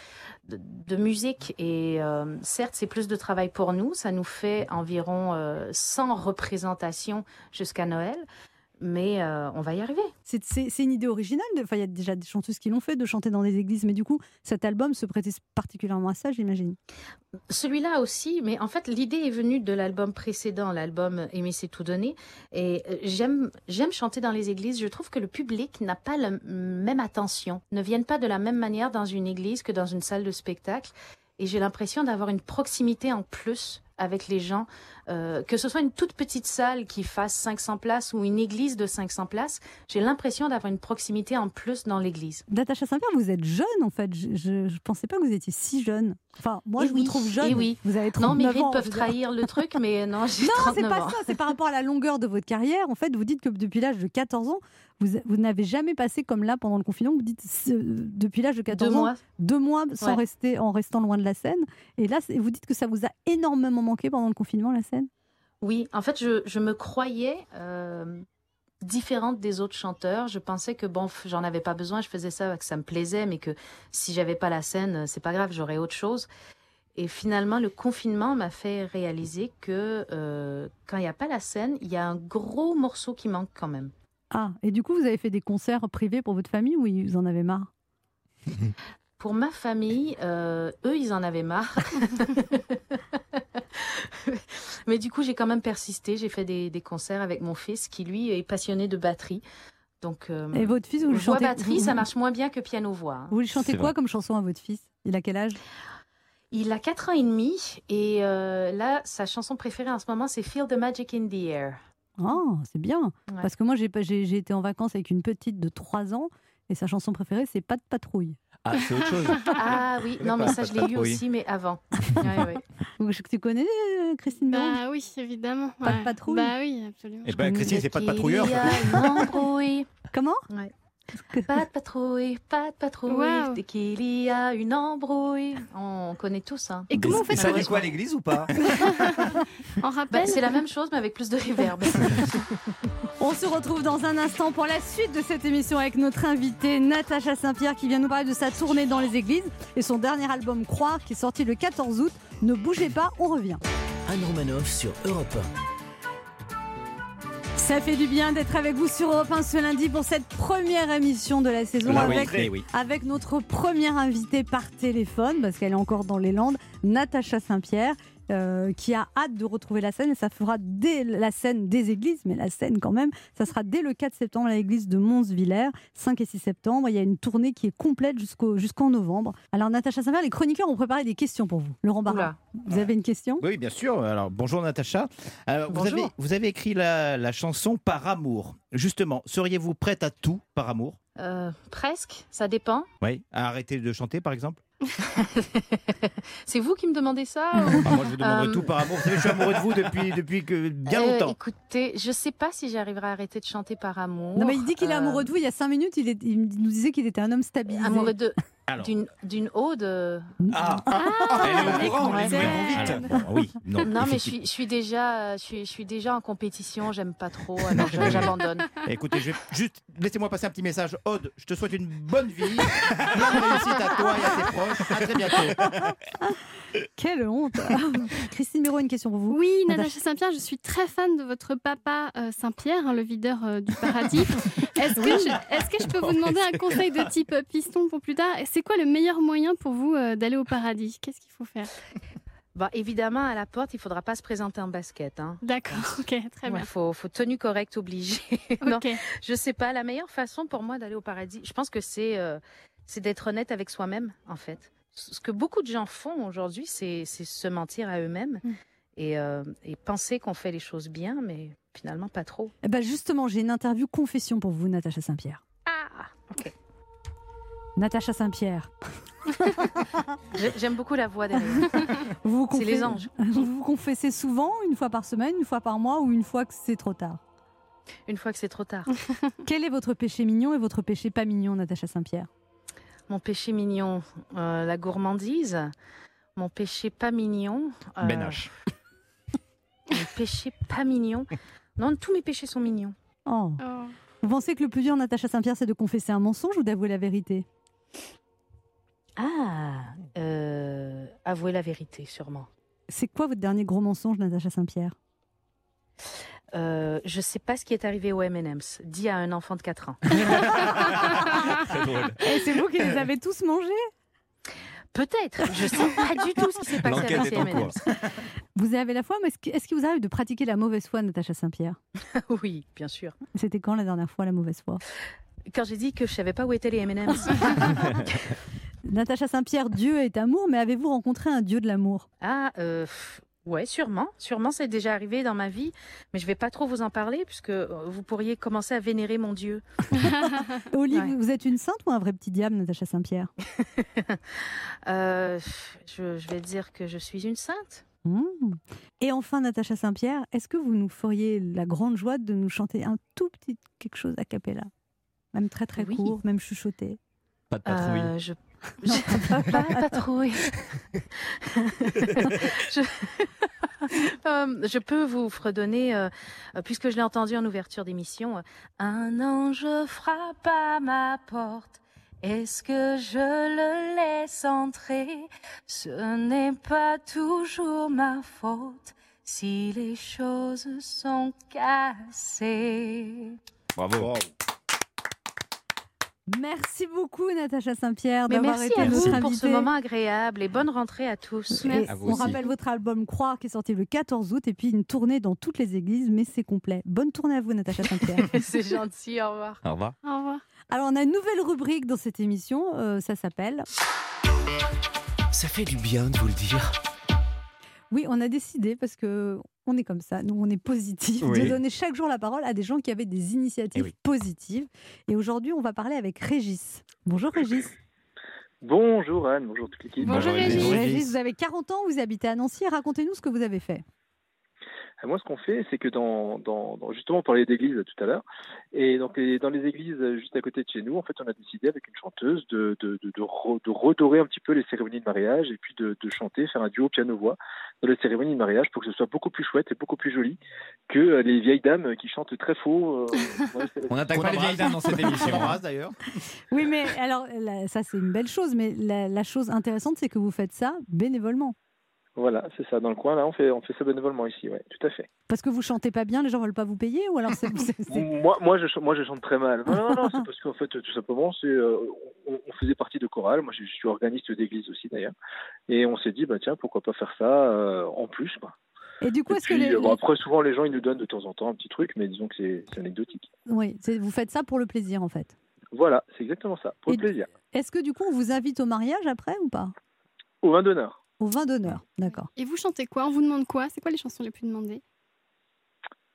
de, de musique. Et euh, certes, c'est plus de travail pour nous. Ça nous fait environ euh, 100 représentations jusqu'à Noël. Mais euh, on va y arriver. C'est- C'est c'est une idée originale. de- Enfin, il y a déjà des chanteuses qui l'ont fait de chanter dans des églises, mais du coup, cet album se prêtait particulièrement à ça, j'imagine. Celui-là aussi, mais en fait, l'idée est venue de l'album précédent, l'album Aimer c'est tout donner. Et euh, j'aime, j'aime chanter dans les églises. Je trouve que le public n'a pas la m- même attention, ne viennent pas de la même manière dans une église que dans une salle de spectacle. Et j'ai l'impression d'avoir une proximité en plus avec les gens, Euh, que ce soit une toute petite salle qui fasse 500 places ou une église de 500 places. J'ai l'impression d'avoir une proximité en plus dans l'église. Natacha Saint-Pierre, vous êtes jeune en fait. Je, je, je pensais pas que vous étiez si jeune. Enfin, moi, Eh je oui, vous trouve eh jeune. oui. Vous avez 39 Non, mes ans, rides je peuvent veux dire. trahir le truc, mais non, j'ai Non, 39 c'est pas ans. ça, c'est par rapport à la longueur de votre carrière. En fait, vous dites que depuis l'âge de 14 ans, vous, vous n'avez jamais passé comme là pendant le confinement. Vous dites ce- depuis l'âge de 14 Deux ans, mois. deux mois sans Ouais. rester, en restant loin de la scène. Et là, c'est- vous dites que ça vous a énormément manqué pendant le confinement, la scène. Oui, en fait, je, je me croyais euh, différente des autres chanteurs. Je pensais que bon, f- j'en avais pas besoin, je faisais ça, que ça me plaisait, mais que si j'avais pas la scène, euh, c'est pas grave, j'aurais autre chose. Et finalement, le confinement m'a fait réaliser que euh, quand il n'y a pas la scène, il y a un gros morceau qui manque quand même. Ah, et du coup, vous avez fait des concerts privés pour votre famille ou ils en avaient marre Pour ma famille, euh, eux, ils en avaient marre. Mais du coup, j'ai quand même persisté. J'ai fait des, des concerts avec mon fils qui, lui, est passionné de batterie. Donc, euh, Et votre fils, vous le chantez Voix-batterie, ça marche moins bien que piano-voix. hein. Vous lui chantez C'est quoi vrai. comme chanson à votre fils Il a quel âge Il a 4 ans et demi et euh, là, sa chanson préférée en ce moment, c'est Feel the Magic in the Air. Ah, c'est bien. Ouais. Parce que moi, j'ai pas- j'ai j'ai été en vacances avec une petite de 3 ans et sa chanson préférée, c'est Pas de patrouille. Ah, c'est autre chose. Ah oui, non, mais ça, je l'ai eu Oui. aussi, mais avant. Ouais, ouais. Donc, je- Tu connais euh, Christine Bérange Bah oui, évidemment. Pas de ouais. patrouille Bah oui, absolument. Eh ben, Christine, c'est pas de patrouilleur. Il y a une embrouille. Comment Ouais. Pas de patrouille, pas de patrouille. Wow. Dès qu'il y a une embrouille. On connaît tous, hein. Et comment on fait ça ça dit quoi, l'église ou pas En Bah, rappel c'est la même chose, mais avec plus de réverb. On se retrouve dans un instant pour la suite de cette émission avec notre invitée Natacha Saint-Pierre qui vient nous parler de sa tournée dans les églises et son dernier album Croire qui est sorti le 14 août. Ne bougez pas, on revient. Anne Romanoff sur Europe Ça fait du bien d'être avec vous sur Europe 1 ce lundi pour cette première émission de la saison La avec, rentrée, oui. avec notre première invitée par téléphone, parce qu'elle est encore dans les Landes, Natacha Saint-Pierre, euh, qui a hâte de retrouver la scène. Et ça fera dès la scène des églises, mais la scène quand même. Ça sera dès le 4 septembre à l'église de Mons-Villers, 5 et 6 septembre. Il y a une tournée qui est complète jusqu'au, jusqu'en novembre. Alors, Natacha Saint-Pierre, les chroniqueurs ont préparé des questions pour vous. Laurent Barra, Oula. vous avez une question Oui, bien sûr. Alors, bonjour Natacha. Alors, vous, Bonjour. avez, vous avez écrit la, la chanson Par amour. Justement, seriez-vous prête à tout par amour Euh, presque, ça dépend. Oui. À arrêter de chanter, par exemple C'est vous qui me demandez ça ou- Ah, Moi, je vous demanderai Euh, tout par amour. Vous savez, je suis amoureux de vous depuis, depuis que, bien Euh, longtemps. écoutez, je sais pas si j'arriverai à arrêter de chanter par amour. Non, mais il dit qu'il est Euh, amoureux de vous. Il y a 5 minutes, il, est- il nous disait qu'il était un homme stabilisé. Amoureux Euh, de Alors. d'une d'une ode. euh, Ah, Ah, elle est au courant, ouais. les mots vont vite. Ah, Alors, Ah, bah bon, oui, non, Non, mais je effectivement. suis, je suis déjà, je suis, je suis déjà en compétition. J'aime pas trop, alors je- j'abandonne. Écoutez, je vais juste laissez-moi passer un petit message. Aude, je te souhaite une bonne vie. Bonne réussite à toi et à tes Ah, proches. À très bientôt. Quelle honte Christine Béraud, une question pour vous. Oui, Natacha. Natacha Saint-Pierre, je suis très fan de votre papa euh, Saint-Pierre, hein, le videur euh, du paradis. Est-ce que, je, est-ce que je peux vous demander un conseil de type euh, piston pour plus tard Et C'est quoi le meilleur moyen pour vous euh, d'aller au paradis Qu'est-ce qu'il faut faire Bon, Bah, évidemment, à la porte, il faudra pas se présenter en basket. Hein. D'accord, ok, très Il bien. faut, faut tenue correcte obligée. non, Ok. je sais pas. La meilleure façon pour moi d'aller au paradis, je pense que c'est, euh, c'est d'être honnête avec soi-même, en fait. Ce que beaucoup de gens font aujourd'hui, c'est, c'est se mentir à eux-mêmes. Mm. et, euh, et penser qu'on fait les choses bien, mais finalement pas trop. Eh ben justement, j'ai une interview confession pour vous, Natacha Saint-Pierre. Ah, ok. Natacha Saint-Pierre, J'ai- J'aime beaucoup la voix derrière. vous vous C'est les confesse- anges. vous vous confessez souvent, une fois par semaine, une fois par mois ou une fois que c'est trop tard Une fois que c'est trop tard. Quel est votre péché mignon et votre péché pas mignon, Natacha Saint-Pierre Mon péché mignon, euh, la gourmandise. Mon péché pas mignon. euh, Ben H. Mon péché pas mignon. Non, tous mes péchés sont mignons. Oh. Vous pensez que le plus dur, Natacha Saint-Pierre, c'est de confesser un mensonge ou d'avouer la vérité Ah, euh, avouer la vérité, sûrement. C'est quoi votre dernier gros mensonge, Natacha Saint-Pierre Euh, je sais pas ce qui est arrivé au M&M's. Dit à un enfant de 4 ans. Et Eh, c'est vous qui les avez tous mangés Peut-être. Je sais pas du tout ce qui s'est passé avec L'enquête ces est en cours. M&M's. Vous avez la foi, mais est-ce que- est-ce qu'il vous arrive de pratiquer la mauvaise foi, Natacha Saint-Pierre Oui, bien sûr. C'était quand la dernière fois la mauvaise foi Quand j'ai dit que je savais pas où étaient les M&M's. Natacha Saint-Pierre, Dieu est amour, mais avez-vous rencontré un Dieu de l'amour Ah, euh, pff, ouais, sûrement. Sûrement, c'est déjà arrivé dans ma vie, mais je vais pas trop vous en parler puisque euh, vous pourriez commencer à vénérer mon Dieu. Olive, Ouais. vous êtes une sainte ou un vrai petit diable, Natacha Saint-Pierre Euh, pff, je, je vais dire que je suis une sainte. Mmh. Et enfin, Natacha Saint-Pierre, est-ce que vous nous feriez la grande joie de nous chanter un tout petit quelque chose a cappella Même très très Oui. court, même chuchoté. Pas de patrouille. Euh, je... je- pas patrouille. je... Euh, je peux vous fredonner, euh, euh, puisque je l'ai entendu en ouverture d'émission, euh, Un ange frappe à ma porte. Est-ce que je le laisse entrer Ce n'est pas toujours ma faute si les choses sont cassées. Bravo. Merci beaucoup, Natacha Saint-Pierre, Mais d'avoir merci été à vous notre pour ce invitée. moment agréable et bonne rentrée à tous. Et Merci. À vous on aussi. rappelle votre album Croire qui est sorti le 14 août et puis une tournée dans toutes les églises, mais c'est complet. Bonne tournée à vous, Natacha Saint-Pierre. C'est gentil, au revoir. Au revoir. Au revoir. Alors, on a une nouvelle rubrique dans cette émission, euh, ça s'appelle Ça fait du bien de vous le dire. Oui, on a décidé parce que on est comme ça, nous on est positif, de Oui. donner chaque jour la parole à des gens qui avaient des initiatives Eh oui. positives. Et aujourd'hui, on va parler avec Régis. Bonjour Régis. Bonjour Anne, bonjour toute l'équipe. Bonjour, Régis. Bonjour, Régis, vous avez 40 ans, vous habitez à Nancy. Racontez-nous ce que vous avez fait. Euh, Moi, ce qu'on fait, c'est que dans, dans, dans- justement, on parlait d'église euh, tout à l'heure, et donc les- dans les églises euh, juste à côté de chez nous, en fait, on a décidé avec une chanteuse de, de, de, de re- de redorer un petit peu les cérémonies de mariage et puis de, de chanter, faire un duo piano-voix dans les cérémonies de mariage pour que ce soit beaucoup plus chouette et beaucoup plus joli que euh, les vieilles dames qui chantent très faux. euh, dans les cérémonies. On attaque Qu'on pas les vieilles embrasse. dames dans cette Qu'on émission. embrasse, d'ailleurs. Oui, mais alors la- ça c'est une belle chose, mais la, la chose intéressante c'est que vous faites ça bénévolement. Voilà, c'est ça. Dans le coin, là, on fait, on fait ça bénévolement ici, ouais, tout à fait. Parce que vous chantez pas bien, les gens veulent pas vous payer ou alors c'est- c'est- c'est- Moi, moi, je, ch- moi, je chante très mal. Non, non, non, c'est parce qu'en fait, tout simplement, c'est, euh, on, on faisait partie de chorale. Moi, je, je suis organiste d'église aussi, d'ailleurs. Et on s'est dit, bah, tiens, pourquoi pas faire ça euh, en plus, quoi. Et du coup, Et est-ce que puis, les- euh, bon, après, souvent, les gens, ils nous donnent de temps en temps un petit truc, mais disons que c'est, c'est anecdotique. oui, c'est- vous faites ça pour le plaisir en fait Voilà, c'est exactement ça, pour Et- le plaisir. Est-ce que du coup on vous invite au mariage après ou pas Au vin d'honneur. Au vin d'honneur, d'accord. Et vous chantez quoi On vous demande quoi C'est quoi les chansons les plus demandées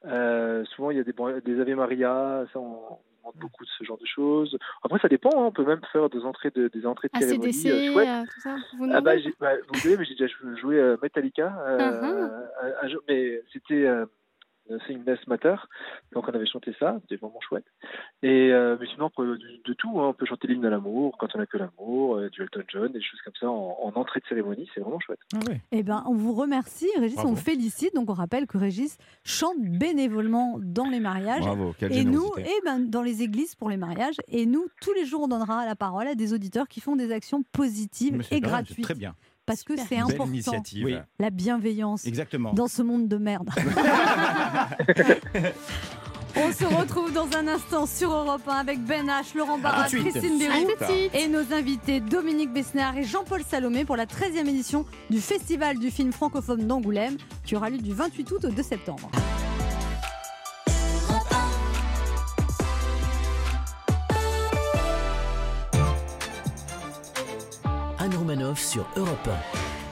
Euh, souvent, il y a des, bran- des Ave Maria, ça, on on demande beaucoup de ce genre de choses. Après, ça dépend, hein, on peut même faire des entrées de, des entrées Ah, de cérémonie ACDC, euh, chouettes. euh, tout ça Vous Ah demandez bah, j'ai- bah, vous savez, mais j'ai déjà jou- joué euh, Metallica. euh, Ah un- un jour, mais c'était euh, Sing Less Matter, donc on avait chanté ça, c'était vraiment chouette. Et euh, mais sinon, on peut- de, de tout, hein, on peut chanter l'hymne à l'amour, quand on a que l'amour, euh, du Elton John, des choses comme ça en, en entrée de cérémonie, c'est vraiment chouette. Eh ben, on vous remercie, Régis, Ah Bravo. on vous félicite. Donc, on rappelle que Régis chante bénévolement dans les mariages. Bravo, quelle Et nous, générosité. eh ben, dans les églises pour les mariages, et nous, tous les jours, on donnera la parole à des auditeurs qui font des actions positives Mais c'est et bien, c'est gratuites. Très bien. Parce que Super. c'est Belle important, initiative. Oui. la bienveillance Exactement. dans ce monde de merde. on se retrouve dans un instant sur Europe 1 avec Ben H, Laurent Barra, tout de suite. Christine À Bérou tout de suite et nos invités Dominique Besnard et Jean-Paul Salomé pour la 13e édition du Festival du film francophone d'Angoulême qui aura lieu du 28 août au 2 septembre. Anne Romanoff sur Europe 1.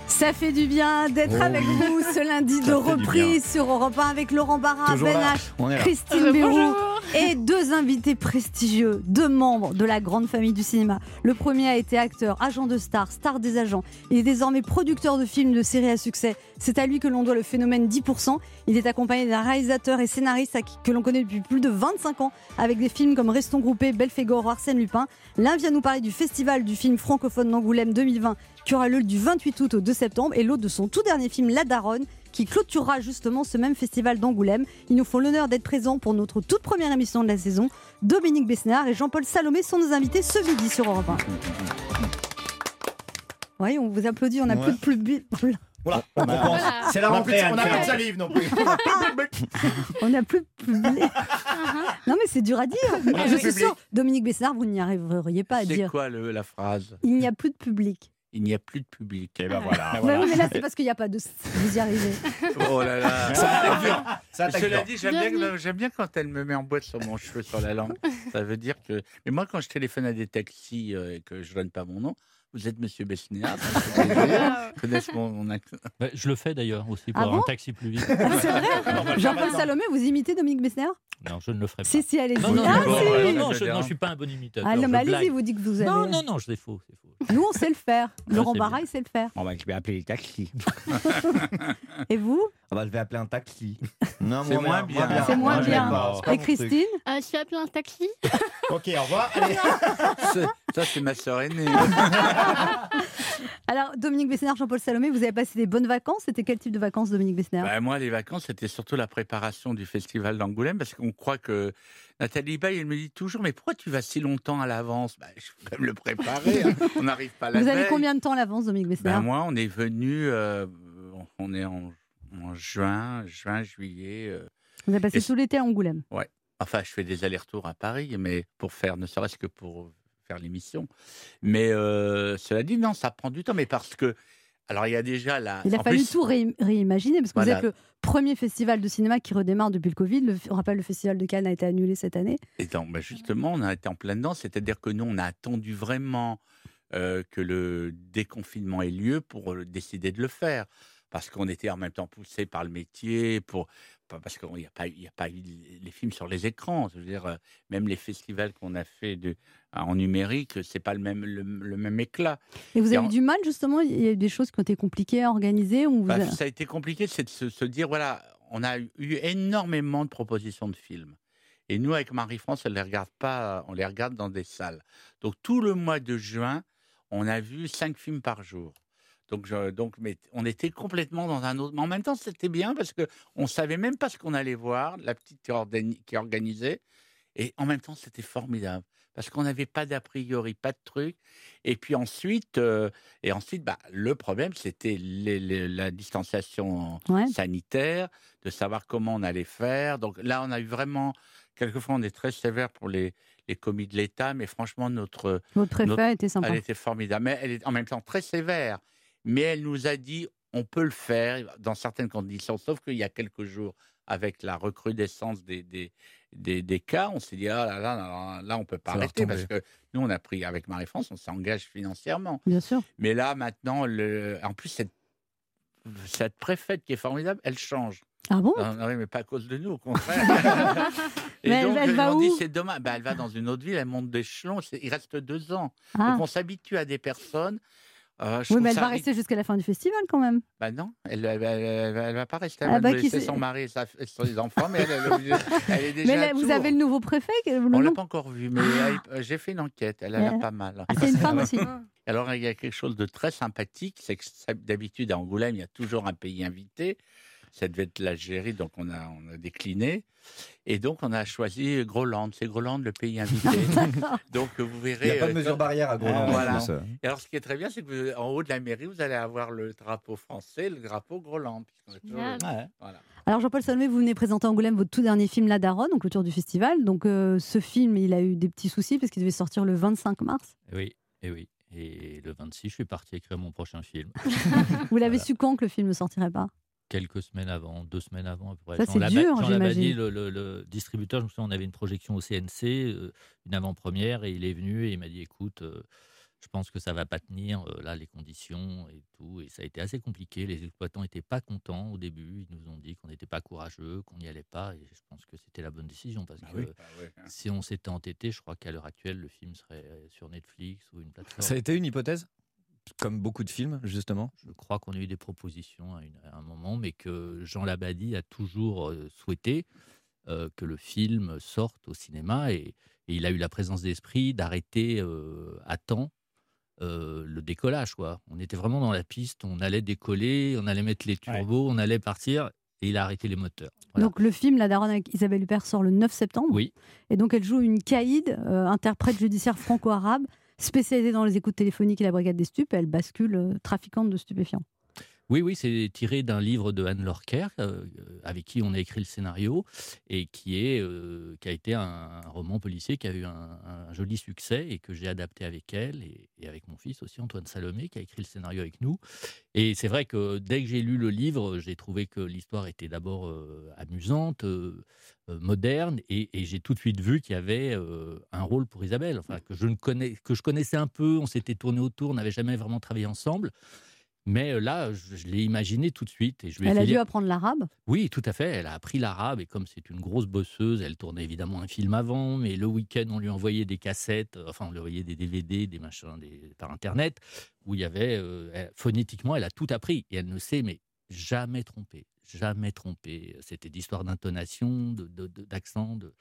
Ça fait du bien d'être Oh avec oui. vous ce lundi Ça de fait du reprise sur Europe 1 avec Laurent Barra, Toujours Ben là. H, On est là. Christine Béroux Bonjour. et deux invités prestigieux, deux membres de la grande famille du cinéma. Le premier a été acteur, agent de star, star des agents. Il est désormais producteur de films, de séries à succès. C'est à lui que l'on doit le phénomène 10%. Il est accompagné d'un réalisateur et scénariste à qui- que l'on connaît depuis plus de 25 ans avec des films comme Restons groupés, Belphégor, Arsène Lupin. L'un vient nous parler du festival du film francophone d'Angoulême 2020 qui aura lieu du 28 août au 2 septembre et l'autre de son tout dernier film La Daronne qui clôturera justement ce même festival d'Angoulême. Ils nous font l'honneur d'être présents pour notre toute première émission de la saison. Dominique Besnard et Jean-Paul Salomé sont nos invités ce midi sur Europe 1. Oui, on vous applaudit, on n'a Ouais. plus de public. Ah, Voilà, on Voilà. compense. Voilà. C'est la On a rentrée. plus de- on on n'a a plus plus de de salive non plus. On n'a plus de public. non mais c'est dur à dire. a Je plus de suis public. sûre, Dominique Besnard, vous n'y arriveriez pas à C'est dire. quoi le- la phrase Il n'y a plus de public. Il n'y a plus de public. Ah Eh ben voilà. Bah oui, mais là, c'est parce qu'il n'y a pas de. Vous y arrivez. Oh là là. Ça attaque dur. Ça attaque Cela dur. dit, j'aime bien, Bienvenue. que- j'aime bien quand elle me met en boîte sur mon cheveu, sur la langue. Ça veut dire que. Mais moi, quand je téléphone à des taxis euh, et que je donne pas mon nom, vous êtes Monsieur Besnéard. Ah Ils connaissent mon, mon accent. Bah, je le fais d'ailleurs aussi pour pour Ah avoir avoir bon un un taxi plus vite. C'est vrai Jean-Paul maintenant. Salomé, vous imitez Dominique Besnard Non, je ne le ferai pas. Si, si, allez-y. Non, non, Ah, non, si. non, si. non, je, non, je suis pas un bon imitateur. Ah non, je mais allez-y, blague. vous dites que vous avez. non, non, non, je- c'est faux, c'est faux. Nous, on sait le faire. Je Laurent sais Barra, bien. il sait le faire. Bon, bah, je vais appeler les taxis. Et vous Ah bah, je vais appeler un taxi. Non, C'est moins bien. C'est moins Moi, je bien. l'aime pas. C'est pas Et mon truc. Christine Euh, je suis appelée un taxi. Ok, au revoir. Allez. Ce- Ça, c'est ma sœur aînée. Alors, Dominique Besnard, Jean-Paul Salomé, vous avez passé des bonnes vacances. C'était quel type de vacances, Dominique Besnard Bah, moi, les vacances, c'était surtout la préparation du festival d'Angoulême, parce qu'on croit que Nathalie Baye, elle me dit toujours, mais pourquoi tu vas si longtemps à l'avance Bah, Je peux me le préparer, hein. on n'arrive pas à la Vous avez veille. combien de temps à l'avance, Dominique Ben, Besnard Moi, on est venu, euh, on est en, en juin, juin, juillet. euh. Vous avez passé et- tout l'été à Angoulême. enfin, je fais des allers-retours à Paris, mais pour faire, ne serait-ce que pour faire l'émission. Mais euh, cela dit, non, ça prend du temps, mais parce que, alors il y a déjà la. Il a Ah, en fallu plus- tout ré- réimaginer parce que Voilà. vous êtes le premier festival de cinéma qui redémarre depuis le Covid. Le- on rappelle, le festival de Cannes a été annulé cette année. Et donc, ben, justement, on a été en plein dedans, c'est-à-dire que nous, on a attendu vraiment euh, que le déconfinement ait lieu pour euh, décider de le faire. Parce qu'on était en même temps poussé par le métier, pour, pa- parce qu'il n'y a, pas eu- il y a pas eu les films sur les écrans. Je veux dire, euh, même les festivals qu'on a fait de- en numérique, c'est pas le même, le, le même éclat. Et vous Et avez eu en- du mal, justement Il y a eu des choses qui ont été compliquées à organiser on vous Bah, a- Ça a été compliqué, c'est de se, se dire voilà, on a eu énormément de propositions de films. Et nous, avec Marie-France, on les regarde pas, on les regarde dans des salles. Donc tout le mois de juin, on a vu cinq films par jour. Donc, je- donc mais on était complètement dans un autre. Mais en même temps, c'était bien parce que on savait même pas ce qu'on allait voir. La petite qui, ordani- qui organisait, et en même temps, c'était formidable parce qu'on n'avait pas d'a priori, pas de truc. Et puis ensuite, euh, et ensuite, bah, le problème, c'était les- les- la distanciation Ouais. sanitaire, de savoir comment on allait faire. Donc là, on a eu vraiment. Quelquefois, on est très sévère pour les, les commis de l'État, mais franchement, notre, Votre préfet notre- était sympa. elle était formidable. Mais elle est en même temps très sévère. Mais elle nous a dit on peut le faire dans certaines conditions. Sauf qu'il y a quelques jours, avec la recrudescence des, des, des, des cas, on s'est dit ah là là, là, là, là, on peut pas Ça va arrêter. Parce retomber. que nous, on a pris avec Marie-France, on s'engage financièrement. Bien sûr. Mais là, maintenant, le... en plus, cette... cette préfète qui est formidable, elle change. Ah bon Non, non, oui, mais pas à cause de nous, au contraire. Et Mais elle donc, va- elle ils va m'ont dit, où c'est dommage. Bah, elle va dans une autre ville, elle monte d'échelon, c'est- il reste deux ans. Ah. Donc, on s'habitue à des personnes. Euh, je Oui, trouve mais elle ça va ri- rester jusqu'à la fin du festival quand même. Bah non, elle, elle, elle- elle- elle va pas rester. Elle Ah va bah, nous qui laisser c'est- son mari et, sa- et ses enfants, mais elle, elle est obligée- elle est déjà. Mais à là, vous Tours. avez le nouveau préfet que- le On nom l'a pas encore vu, mais euh, j'ai fait une enquête. Elle a Et l'air elle- pas mal. Ah, c'est une femme aussi. Alors, il y a quelque chose de très sympathique, c'est que ça- d'habitude, à Angoulême, il y a toujours un pays invité. Ça devait être l'Algérie, donc on a, on a décliné. Et donc, on a choisi Groland. C'est Groland, le pays invité. donc, vous verrez. Il n'y a pas de euh, mesure barrière à Grenoble. Ah, voilà. je pense. Et alors, ce qui est très bien, c'est que vous- en haut de la mairie, vous allez avoir le drapeau français, le drapeau Groland. puisqu'on est toujours- Génial. Ouais. Voilà. Alors Jean-Paul Salomé, vous venez présenter à Angoulême votre tout dernier film La Daronne, donc le tour du festival. Donc euh, ce film, il a eu des petits soucis parce qu'il devait sortir le 25 mars. Et Eh oui, et oui. Et le 26, je suis parti écrire mon prochain film. Vous l'avez Voilà. su quand que le film ne sortirait pas Quelques semaines avant, deux semaines avant à peu près. Ça, Jean c'est Laba- dur, Jean Labadie, j'imagine. le, le- le distributeur, je me souviens, on avait une projection au CNC, euh, une avant-première, et il est venu et il m'a dit écoute, euh, je pense que ça va pas tenir, euh, là, les conditions et tout. Et ça a été assez compliqué. Les exploitants n'étaient pas contents au début. Ils nous ont dit qu'on n'était pas courageux, qu'on n'y allait pas. Et je pense que c'était la bonne décision parce que oui, bah ouais, hein. si on s'était entêté, je crois qu'à l'heure actuelle, le film serait sur Netflix ou une plateforme. Ça a été une hypothèse Comme beaucoup de films, justement Je crois qu'on a eu des propositions à, une- à un moment, mais que Jean Labadie a toujours euh, souhaité euh, que le film sorte au cinéma. Et, et il a eu la présence d'esprit d'arrêter euh, à temps euh, le décollage. Quoi. On était vraiment dans la piste, on allait décoller, on allait mettre les turbos, on allait partir. Et il a arrêté les moteurs. Voilà. Donc le film La Daronne avec Isabelle Huppert sort le 9 septembre. Oui. Et donc elle joue une caïd, euh, interprète judiciaire franco-arabe, spécialisée dans les écoutes téléphoniques et la brigade des stupes. Et elle bascule euh, trafiquante de stupéfiants. Oui, oui, c'est tiré d'un livre de Anne Lorker, euh, avec qui on a écrit le scénario, et qui, est, euh, qui a été un, un roman policier qui a eu un, un joli succès et que j'ai adapté avec elle et, et avec mon fils aussi, Antoine Salomé, qui a écrit le scénario avec nous. Et c'est vrai que dès que j'ai lu le livre, j'ai trouvé que l'histoire était d'abord euh, amusante, euh, euh, moderne, et, et j'ai tout de suite vu qu'il y avait euh, un rôle pour Isabelle, enfin, que, je ne connais, que je connaissais un peu, on s'était tourné autour, on n'avait jamais vraiment travaillé ensemble. Mais euh, là, je, je l'ai imaginé tout de suite. Et je lui ai Elle a fait dû lire- apprendre l'arabe. oui, tout à fait. Elle a appris l'arabe et comme c'est une grosse bosseuse, elle tournait évidemment un film avant, mais le week-end, on lui envoyait des cassettes, euh, enfin, on lui envoyait des DVD, des machins des- par Internet, où il y avait, euh, elle- phonétiquement, elle a tout appris et elle ne s'est mais jamais trompée, jamais trompée. C'était d'histoire d'intonation, de- de- de- d'accent, de,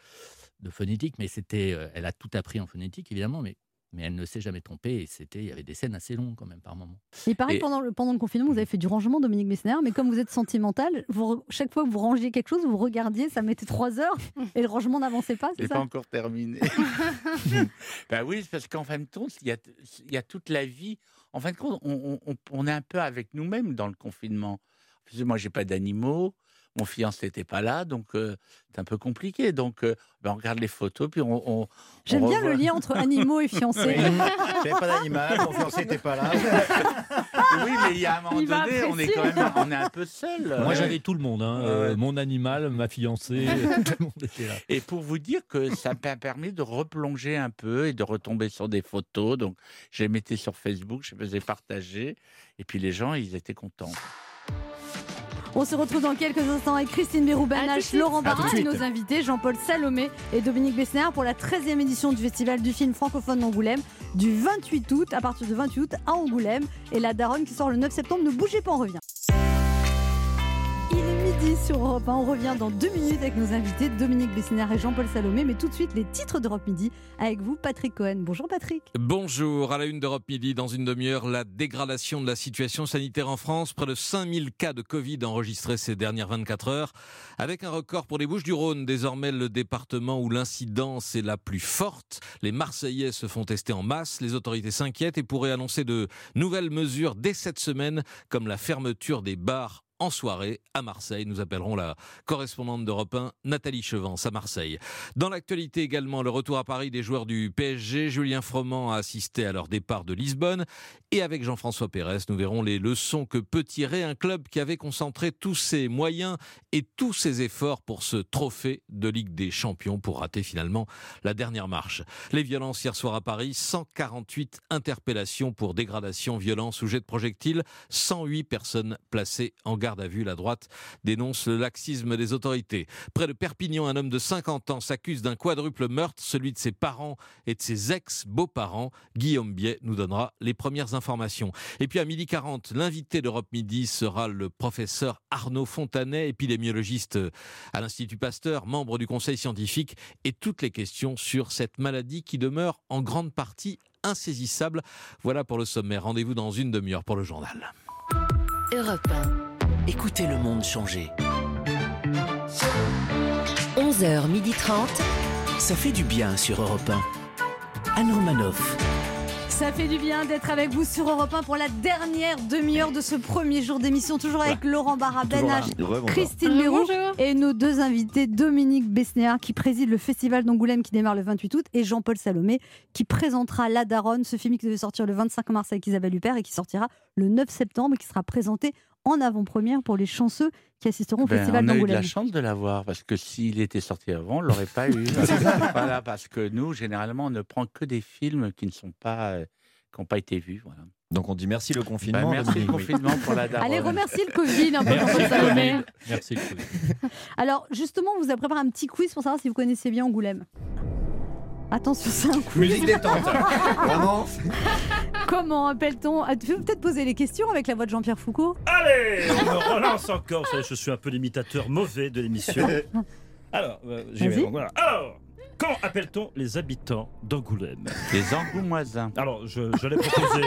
de phonétique, mais c'était, euh, elle a tout appris en phonétique, évidemment, mais, mais elle ne s'est jamais trompée et c'était, il y avait des scènes assez longues quand même par moment. Et pareil, Et- pendant, le, pendant le confinement, vous avez fait du rangement, Dominique Messner, mais comme vous êtes sentimental, vous, re- chaque fois que vous rangiez quelque chose, vous regardiez, ça mettait trois heures et le rangement n'avançait pas, C'est c'est pas ça encore terminé. ben oui, c'est parce qu'en fin de compte, il y, a, il y a toute la vie. En fin de compte, on, on- on- on est un peu avec nous-mêmes dans le confinement. Parce que Moi, j'ai pas d'animaux. Mon fiancé n'était pas là, donc euh, c'est un peu compliqué. Donc, euh, ben, on regarde les photos, puis on. on- on J'aime bien revoit. le lien entre animaux et fiancés. Oui. J'avais pas d'animal, mon fiancé n'était pas là. Oui, mais il y a un moment Il va donné, on est apprécier. quand même, on est un peu seul. Moi, Ouais. j'avais tout le monde, hein, euh, mon animal, ma fiancée, tout le monde était là. Et pour vous dire que ça m'a permis de replonger un peu et de retomber sur des photos. Donc, je les mettais sur Facebook, je les faisais partager. Et puis, les gens, ils étaient contents. On se retrouve dans quelques instants avec Christine Béroux-Banache, Laurent À tout de Barra et suite. nos invités Jean-Paul Salomé et Dominique Besnéard pour la 13e édition du Festival du film francophone d'Angoulême du 28 août à partir de 28 août à Angoulême. Et la Daronne qui sort le 9 septembre, ne bougez pas, on revient. Il est midi sur Europe 1. On revient dans deux minutes avec nos invités Dominique Besnéard et Jean-Paul Salomé. Mais tout de suite, les titres d'Europe Midi avec vous, Patrick Cohen. Bonjour Patrick. Bonjour, à la une d'Europe Midi, dans une demi-heure, la dégradation de la situation sanitaire en France, près de 5000 cas de Covid enregistrés ces dernières 24 heures, avec un record pour les Bouches du Rhône, désormais le département où l'incidence est la plus forte. Les Marseillais se font tester en masse, les autorités s'inquiètent et pourraient annoncer de nouvelles mesures dès cette semaine, comme la fermeture des bars en soirée à Marseille. Nous appellerons la correspondante d'Europe 1, Nathalie Chevance, à Marseille. Dans l'actualité également, le retour à Paris des joueurs du PSG. Julien Froment a assisté à leur départ de Lisbonne. Et avec Jean-François Pérez, nous verrons les leçons que peut tirer un club qui avait concentré tous ses moyens et tous ses efforts pour ce trophée de Ligue des Champions pour rater finalement la dernière marche. Les violences hier soir à Paris, 148 interpellations pour dégradation, violence ou jet de projectile, 108 personnes placées en garde à vue. La droite dénonce le laxisme des autorités. Près de Perpignan, un homme de 50 ans s'accuse d'un quadruple meurtre, celui de ses parents et de ses ex-beaux-parents. Guillaume Biet nous donnera les premières informations. Et puis à 12h40, l'invité d'Europe Midi sera le professeur Arnaud Fontanet, épidémiologiste à l'Institut Pasteur, membre du conseil scientifique, et toutes les questions sur cette maladie qui demeure en grande partie insaisissable. Voilà pour le sommaire. Rendez-vous dans une demi-heure pour le journal. Europe 1. Écoutez le monde changer. 11h30. Ça fait du bien sur Europe 1. Anne Romanoff. Ça fait du bien d'être avec vous sur Europe 1 pour la dernière demi-heure de ce premier jour d'émission, toujours avec Laurent Barra, Ben Toujours là. H, Rebonjour. Christine Béroux et nos deux invités, Dominique Besnéard qui préside le Festival d'Angoulême qui démarre le 28 août et Jean-Paul Salomé qui présentera La Daronne, ce film qui devait sortir le 25 mars avec Isabelle Huppert et qui sortira le 9 septembre et qui sera présenté en avant-première pour les chanceux qui assisteront au Ben, Festival on a eu de d'Angoulême. la chance de l'avoir parce que s'il était sorti avant, on l'aurait pas eu. voilà, parce que nous, généralement, on ne prend que des films qui ne sont pas euh, qui n'ont pas été vus. Voilà. Donc on dit merci le confinement. Bah, merci le Dominique, oui. confinement pour la daronne. Allez, remercie le Covid un peu, Merci Jean-Paul le Salomé. Covid. Merci le Covid. Alors, justement, on vous a préparé un petit quiz pour savoir si vous connaissez bien Angoulême. Attention, c'est un quiz. Musique détente. Vraiment Comment appelle-t-on Ah, Tu peux peut-être poser les questions avec la voix de Jean-Pierre Foucault Ah, Allez, on me relance encore. Vous savez, Je suis un peu l'imitateur mauvais de l'émission. Alors, euh, j'y vais, Vas-y. donc, voilà. Alors, comment appelle-t-on les habitants d'Angoulême Les Angoumoisins. Alors, je, je l'ai proposé.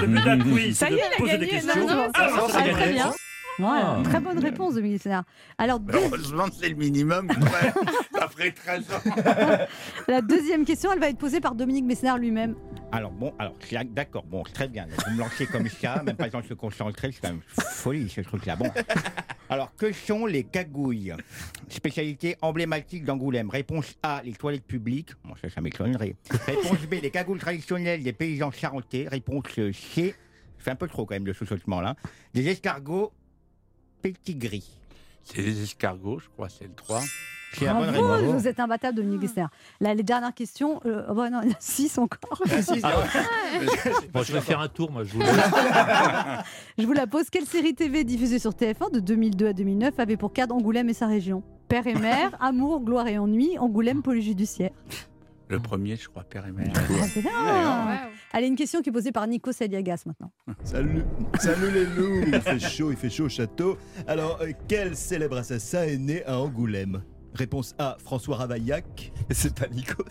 le but d'un quiz, Ça c'est y est, de elle a poser gagné, des non, questions. non, non, Ah, ça ça, Ben, c'est va, très gagné. bien. Voilà, Ah. très bonne réponse, Dominique Sénard. Alors, deux- Heureusement, c'est le minimum. Après, après 13 ans. la deuxième question, elle va être posée par Dominique Mesnard lui-même. Alors bon, alors clac, d'accord, bon, très bien. Vous me lancez comme ça, même pas le temps de se concentrer, c'est quand même folie ce truc-là. Bon. Alors, que sont les cagouilles Spécialité emblématique d'Angoulême. Réponse A, les toilettes publiques. Bon, ça, ça m'étonnerait. Réponse B, les cagoules traditionnelles des paysans charentais. Réponse euh, C, c'est un peu trop quand même de sous-sautement là. Des escargots petit gris. C'est des escargots, je crois, c'est le 3. ah, C'est la bonne Bravo, réponse. vous êtes imbattable, Dominique Mesnard. Là, les dernières questions, euh, ouais, non, il y en a six encore. Ah, Ah, Ah, Bon, je vais faire un tour, moi, je vous le Je vous la pose. Quelle série TV diffusée sur TF1 de 2002 à 2009 avait pour cadre Angoulême et sa région Père et mère, amour, gloire et ennui, Angoulême, polyjudiciaire. Le premier, je crois, père et mère. Bien. Ah, Allez, une question qui est posée par Nico Saliagas maintenant. Salut, salut les loups. Il fait chaud, il fait chaud au château. Alors, euh, quel célèbre assassin est né à Angoulême Réponse A, François Ravaillac. C'est pas Nikos.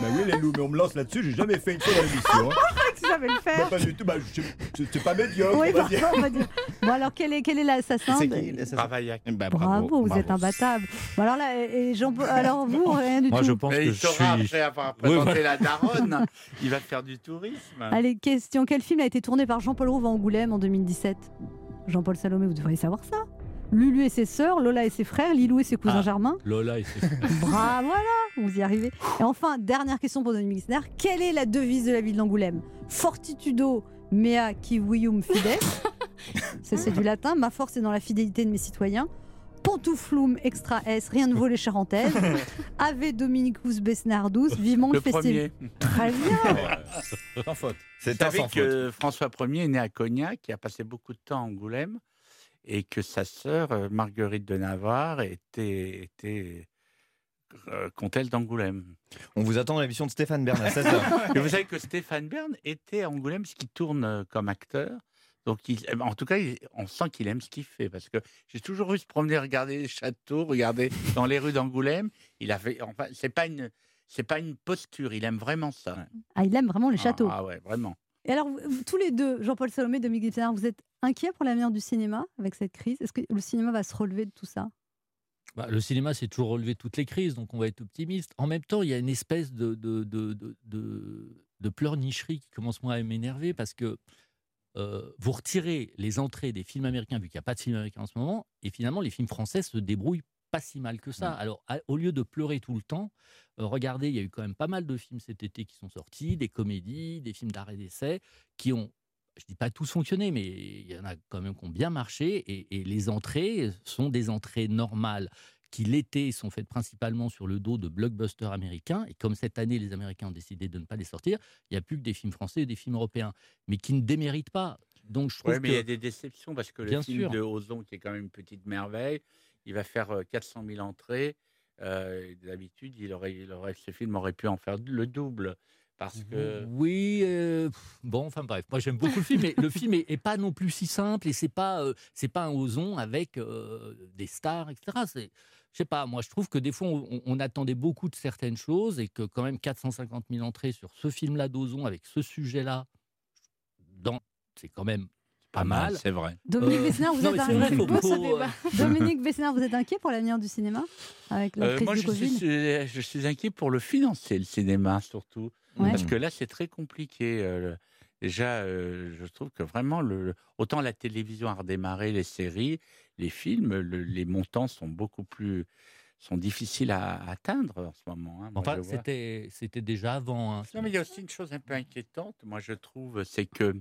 bah oui, les loups, mais on me lance là-dessus, j'ai jamais fait une fois dans l'émission. hein. tu savais le Bah, faire. pas du tout, bah, je- c'est c'est pas médiocre. Oui, on va dire. pardon, on va dire. Bon, alors, quel est, quel est l'assassin de- Ravaillac. Eh ben, Bravo, vous êtes imbattable. Bon, alors là, et et Jean- alors vous, rien du Moi, tout. je pense que il je suis. saura Après après avoir Oui, présenté voilà. la daronne, il va faire du tourisme. Allez, question. Quel film a été tourné par Jean-Paul Rouve à Angoulême en 2017 Jean-Paul Salomé, vous devriez savoir ça. Lulu et ses sœurs, Lola et ses frères, Lilou et ses cousins Ah. germains. Lola et ses Bravo, voilà, vous y arrivez. Et enfin, dernière question pour Dominique Mixner. Quelle est la devise de la ville d'Angoulême Fortitudo mea kiwium fides. Ça, c'est du latin. Ma force est dans la fidélité de mes citoyens. Pantouflum extra S, rien ne vaut les charentaises. Ave Dominicus Besnardus, vivement le, Le festival. premier. Très bien. Sans faute. C'est C'est un savez sans que François Ier est né à Cognac, qui a passé beaucoup de temps à Angoulême, et que sa sœur euh, Marguerite de Navarre était, était euh, comtesse d'Angoulême. On vous attend dans l'émission de Stéphane Bern à 16 Et vous savez que Stéphane Bern était à Angoulême, ce qui tourne euh, comme acteur. Donc, il- eh ben, en tout cas, il- on sent qu'il aime ce qu'il fait parce que j'ai toujours vu se promener, regarder les châteaux, regarder dans les rues d'Angoulême. Il avait, enfin, c'est pas une, c'est pas une posture. Il aime vraiment ça. Ah, il aime vraiment les châteaux. Ah ouais, vraiment. Et alors, vous- vous- tous les deux, Jean-Paul Salomé, Dominique Gibson, vous êtes inquiets pour l'avenir du cinéma avec cette crise Est-ce que le cinéma va se relever de tout ça Bah, le cinéma, c'est toujours relevé toutes les crises, donc on va être optimiste. En même temps, il y a une espèce de, de, de, de, de- de pleurnicherie qui commence moi à m'énerver parce que euh, vous retirez les entrées des films américains, vu qu'il n'y a pas de films américains en ce moment, et finalement, les films français se débrouillent pas si mal que ça. Alors, à- au lieu de pleurer tout le temps, euh, regardez, il y a eu quand même pas mal de films cet été qui sont sortis, des comédies, des films d'arrêt d'essai, qui ont je dis pas tous fonctionné, mais il y en a quand même qui ont bien marché. Et, et les entrées sont des entrées normales qui, l'été, sont faites principalement sur le dos de blockbusters américains. Et comme cette année, les Américains ont décidé de ne pas les sortir, il n'y a plus que des films français et des films européens, mais qui ne déméritent pas. Donc je trouve Ouais, mais que- il y a des déceptions parce que le Bien film sûr. de Ozon, qui est quand même une petite merveille, il va faire euh, 400 000 entrées. Euh, et D'habitude, il aurait, il aurait, ce film aurait pu en faire le double Mmh parce que. Oui, euh, pff, bon, enfin bref, moi j'aime beaucoup le film, mais le film est, est pas non plus si simple et c'est pas euh, c'est pas un ozon avec euh, des stars, etc. C'est, je sais pas, moi je trouve que des fois on, on attendait beaucoup de certaines choses et que quand même 450 000 entrées sur ce film-là d'ozon avec ce sujet-là, dans, c'est quand même pas, mal. mal, Ah ben, c'est vrai. Dominique Ah, Euh, Besnard, vous non, êtes mais un- c'est vrai, faut- beau, ce faut, débat. euh, Dominique Besnard, vous êtes inquiet pour l'avenir du cinéma avec la Euh, crise moi, du je Covid suis, je- je suis inquiet pour le financer, le cinéma surtout. Ouais. Parce que là, c'est très compliqué. euh, le- déjà, euh, je trouve que vraiment, le, le- autant la télévision a redémarré, les séries, les films, le- les montants sont beaucoup plus. sont difficiles à, à atteindre en ce moment. hein. Moi, Enfin, je vois. c'était c'était déjà avant. hein. Non, mais il y a aussi une chose un peu inquiétante, moi je trouve, c'est que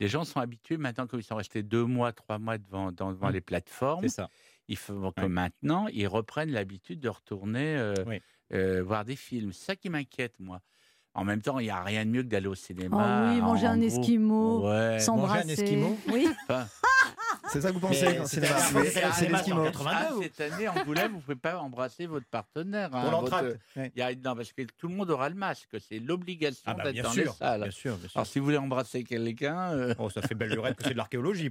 les gens sont habitués maintenant, comme ils sont restés deux mois, trois mois devant, dans- devant Mmh. Mm. les plateformes, C'est ça. il faut que maintenant ils reprennent l'habitude de retourner euh, euh, voir des films. C'est ça qui m'inquiète, moi. En même temps, il n'y a rien de mieux que d'aller au cinéma. Oh oui, manger en un groupe. esquimau, Ouais. s'embrasser. Manger un esquimau Oui. Enfin, C'est ça que vous pensez mais au c'est cinéma un- Oui, c'est c'est un- l'esquimau. Ah, cette année, en Angoulême, vous ne pouvez pas embrasser votre partenaire. hein, Pour l'entracte, votre- ouais. Il y a- Non, parce que tout le monde aura le masque. C'est l'obligation Ah bah, d'être bien dans les sûr, salles. bien sûr, bien sûr. Alors, si vous voulez embrasser quelqu'un... euh, Oh, ça fait belle lurette que c'est de l'archéologie.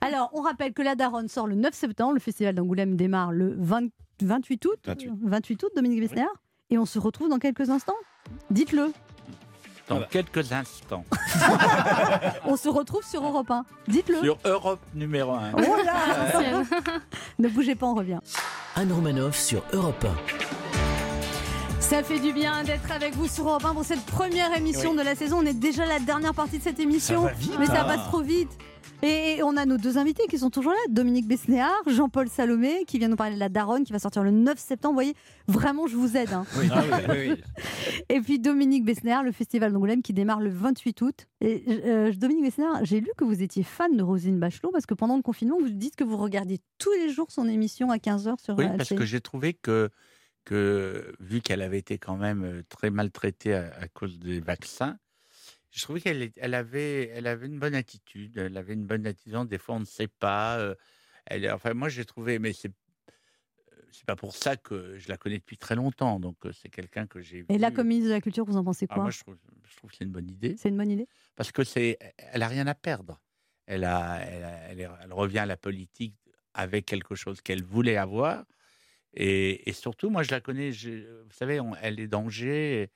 Alors, on rappelle que la Daronne sort le 9 septembre. Le festival d'Angoulême démarre le 20 28 août. 28. 28 août, Dominique Bessner. Et on se retrouve dans quelques instants. Dites-le. Dans quelques instants. On se retrouve sur Europe 1. Dites-le. Sur Europe numéro 1. Oh là Ne bougez pas, on revient. Anne Romanoff sur Europe Ça fait du bien d'être avec vous sur Europe 1 pour cette première émission Oui. de la saison. On est déjà à la dernière partie de cette émission. Ça va vite, mais ça hein. passe trop vite. Et et on a nos deux invités qui sont toujours là, Dominique Besnéard, Jean-Paul Salomé, qui vient nous parler de la Daronne, qui va sortir le 9 septembre. Vous voyez, vraiment, je vous aide. hein. Ah Ah, Et puis Dominique Besnéard, le festival d'Angoulême qui démarre le 28 août. Et euh, Dominique Besnéard, j'ai lu que vous étiez fan de Rosine Bachelot parce que pendant le confinement, vous dites que vous regardiez tous les jours son émission à 15h sur Oui, la parce télé. que j'ai trouvé que, que vu qu'elle avait été quand même euh, très maltraitée à, à cause des vaccins, je trouvais qu'elle est- elle avait, elle avait une bonne attitude. Elle avait une bonne attitude. Des fois, on ne sait pas. euh, elle, enfin, moi, j'ai trouvé, mais c'est euh, c'est pas pour ça que je la connais depuis très longtemps. Donc, euh, c'est quelqu'un que j'ai. Et là, vu. euh, comme ministre de la Culture, vous en pensez Ah, quoi moi, je trouve, je trouve que c'est une bonne idée. C'est une bonne idée Parce que c'est, elle a rien à perdre. Elle a, elle, a- elle est- elle revient à la politique avec quelque chose qu'elle voulait avoir. Et, et surtout, moi, je la connais. je- vous savez, on- elle est d'Angers. Et,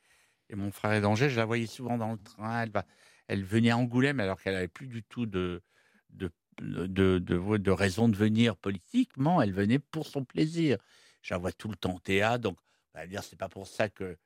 et mon frère est d'Angers. Je la voyais souvent dans le train. Elle, va, elle venait à Angoulême alors qu'elle n'avait plus du tout de, de, de, de, de- de raison de venir politiquement. Elle venait pour son plaisir. Je la vois tout le temps au théâtre. Donc, on va dire, c'est pas pour ça que.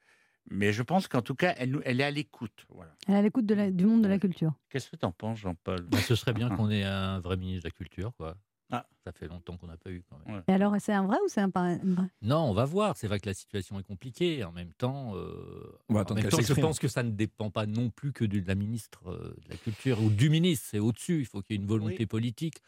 Mais je pense qu'en tout cas, elle, nous- elle est à l'écoute. Voilà. Elle est à l'écoute de la- du monde de la culture. Qu'est-ce que t'en penses, Jean-Paul Bah, Ce serait bien qu'on ait un vrai ministre de la Culture, quoi. Ah. Ça fait longtemps qu'on n'a pas eu, quand même. Et alors, c'est un vrai ou c'est un pas un vrai Non, on va voir. C'est vrai que la situation est compliquée. En même temps, euh, On va en attendre même qu'elle temps, je s'exprime. pense que ça ne dépend pas non plus que de la ministre euh, de la Culture ou du ministre. C'est au-dessus. Il faut qu'il y ait une volonté Oui. politique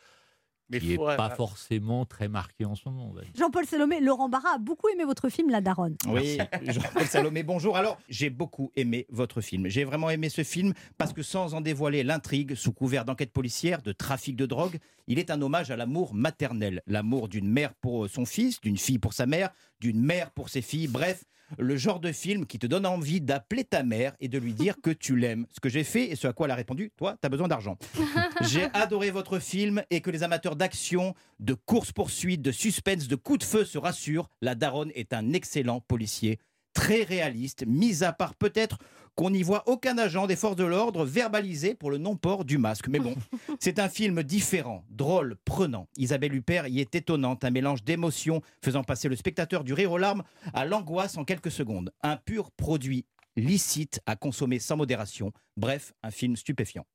Mais qui n'est faut, pas euh, forcément très marquée en ce moment. on va dire. Jean-Paul Salomé, Laurent Barra a beaucoup aimé votre film La Daronne. Oui, Jean-Paul Salomé, bonjour. Alors, j'ai beaucoup aimé votre film. J'ai vraiment aimé ce film parce que sans en dévoiler l'intrigue, sous couvert d'enquête policière, de trafic de drogue, il est un hommage à l'amour maternel. L'amour d'une mère pour euh, son fils, d'une fille pour sa mère, d'une mère pour ses filles. Bref, le genre de film qui te donne envie d'appeler ta mère et de lui dire que tu l'aimes. Ce que j'ai fait et ce à quoi elle a répondu, toi, t'as besoin d'argent. J'ai adoré votre film et que les amateurs d'action, de course-poursuite, de suspense, de coups de feu se rassurent. La Daronne est un excellent policier, très réaliste, mis à part peut-être qu'on n'y voit aucun agent des forces de l'ordre verbalisé pour le non-port du masque. Mais bon, c'est un film différent, drôle, prenant. Isabelle Huppert y est étonnante, un mélange d'émotions faisant passer le spectateur du rire aux larmes à l'angoisse en quelques secondes. Un pur produit licite à consommer sans modération. Bref, un film stupéfiant.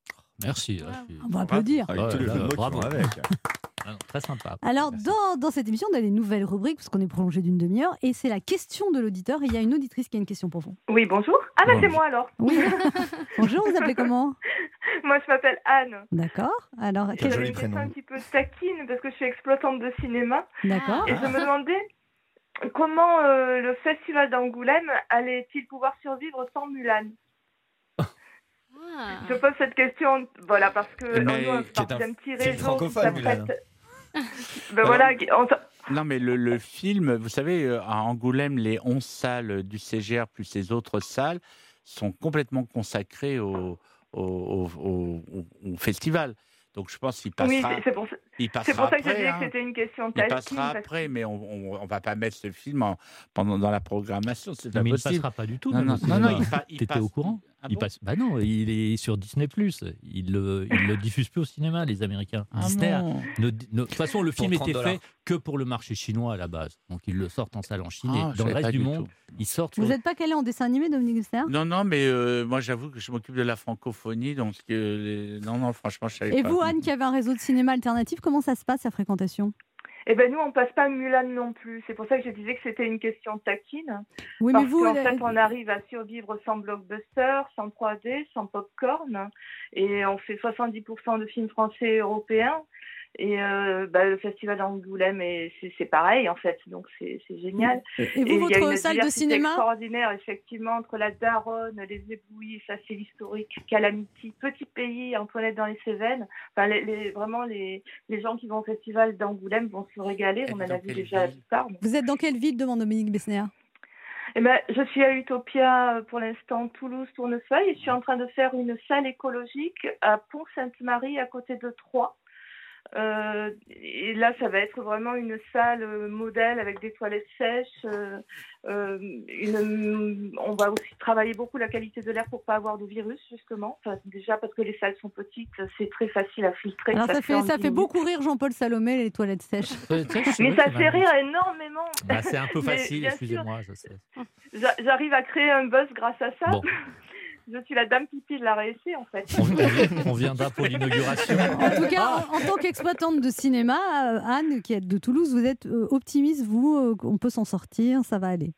Merci. là, je suis- On va applaudir. Ah, ouais, là, bravo. Ah non, très sympa. Alors, dans, dans cette émission, on a des nouvelles rubriques, parce qu'on est prolongé d'une demi-heure, et c'est la question de l'auditeur. Et Il y a une auditrice qui a une question pour vous. Oui, bonjour. Ah bah c'est moi alors. Oui. Bonjour, vous appelez comment Moi je m'appelle Anne. D'accord. Alors, quel- J'avais une question un petit peu taquine parce que je suis exploitante de cinéma. D'accord. Et je me demandais comment euh, le festival d'Angoulême allait-il pouvoir survivre sans Mulan Je pose cette question, voilà, parce que Eh, Mais on est qui est un- un petit c'est une réseau. francophone, ça Mulan. prête- Ben voilà, on s'en- Non, mais le, le film, vous savez, euh, à Angoulême, les 11 salles du CGR plus les autres salles sont complètement consacrées au, au, au- au- au- au festival. Donc je pense qu'il oui, passera. c'est- c'est pour ça. il C'est passera pour ça que j'ai après, dit hein. que c'était une question Il taquine. passera parce que- après, mais on ne va pas mettre ce film en- pendant, dans la programmation. C'est pas Mais il ne possible. passera pas du tout. Non, même non, au non, cinéma. non, il fa- il T'étais passe- au courant Ah il bon passe. Bah non, il est sur Disney Plus. Il le, il le diffuse plus au cinéma, les Américains. Ah Disney. a- bon ne- ne- De toute façon, le Pour film 30 était dollars. fait que pour le marché chinois à la base. Donc ils le sortent en salle en Chine Ah, et je dans le savais reste pas du du monde, ils sortent. vous sur- n'êtes pas calé en dessin animé, Dominique Besnéard Non, non, mais euh, moi j'avoue que je m'occupe de la francophonie, donc euh, les- non, non, franchement, je savais Et pas. vous, Anne, qui avez un réseau de cinéma alternatif, comment ça se passe, la fréquentation Eh ben nous, on passe pas Mulan non plus. C'est pour ça que je disais que c'était une question taquine. Oui, mais parce vous, qu'en elle- fait, on arrive à survivre sans blockbuster, sans 3D, sans popcorn, et on fait 70% de films français et européens. Et euh, bah, le festival d'Angoulême, et c'est- c'est pareil en fait, donc c'est c'est génial. Et vous, il y a votre une salle de diversité cinéma extraordinaire, effectivement, entre la Daronne, les Éblouis, ça c'est historique, Calamity, Petit Pays, Antoinette dans les Cévennes. Enfin, les, les- vraiment, les, les gens qui vont au festival d'Angoulême vont se régaler. On en a vu déjà la plupart. Vous êtes dans quelle ville demande Dominique Besnéa. Eh ben, je suis à Utopia euh, pour l'instant, Toulouse, Tournefeuille, et je suis en train de faire une salle écologique à Pont-Sainte-Marie, à côté de Troyes. Euh, et là, ça va être vraiment une salle euh, modèle avec des toilettes sèches. euh, euh, une- on va aussi travailler beaucoup la qualité de l'air pour pas avoir de virus, justement. Enfin, déjà parce que les salles sont petites, c'est très facile à filtrer. Alors ça se en fait, ça dix fait minutes. beaucoup rire Jean-Paul Salomé, les toilettes sèches. Mais ça fait rire énormément. Bah, c'est un peu Mais facile, bien sûr, excusez-moi. je sais. J'a- J'arrive à créer un buzz grâce à ça. Bon. Je suis la dame pipi de la réessai, en fait. On viendra pour l'inauguration. En tout cas, Ah. en, en tant qu'exploitante de cinéma, euh, Anne, qui est de Toulouse, vous êtes euh, optimiste, vous, euh, on peut s'en sortir, ça va aller.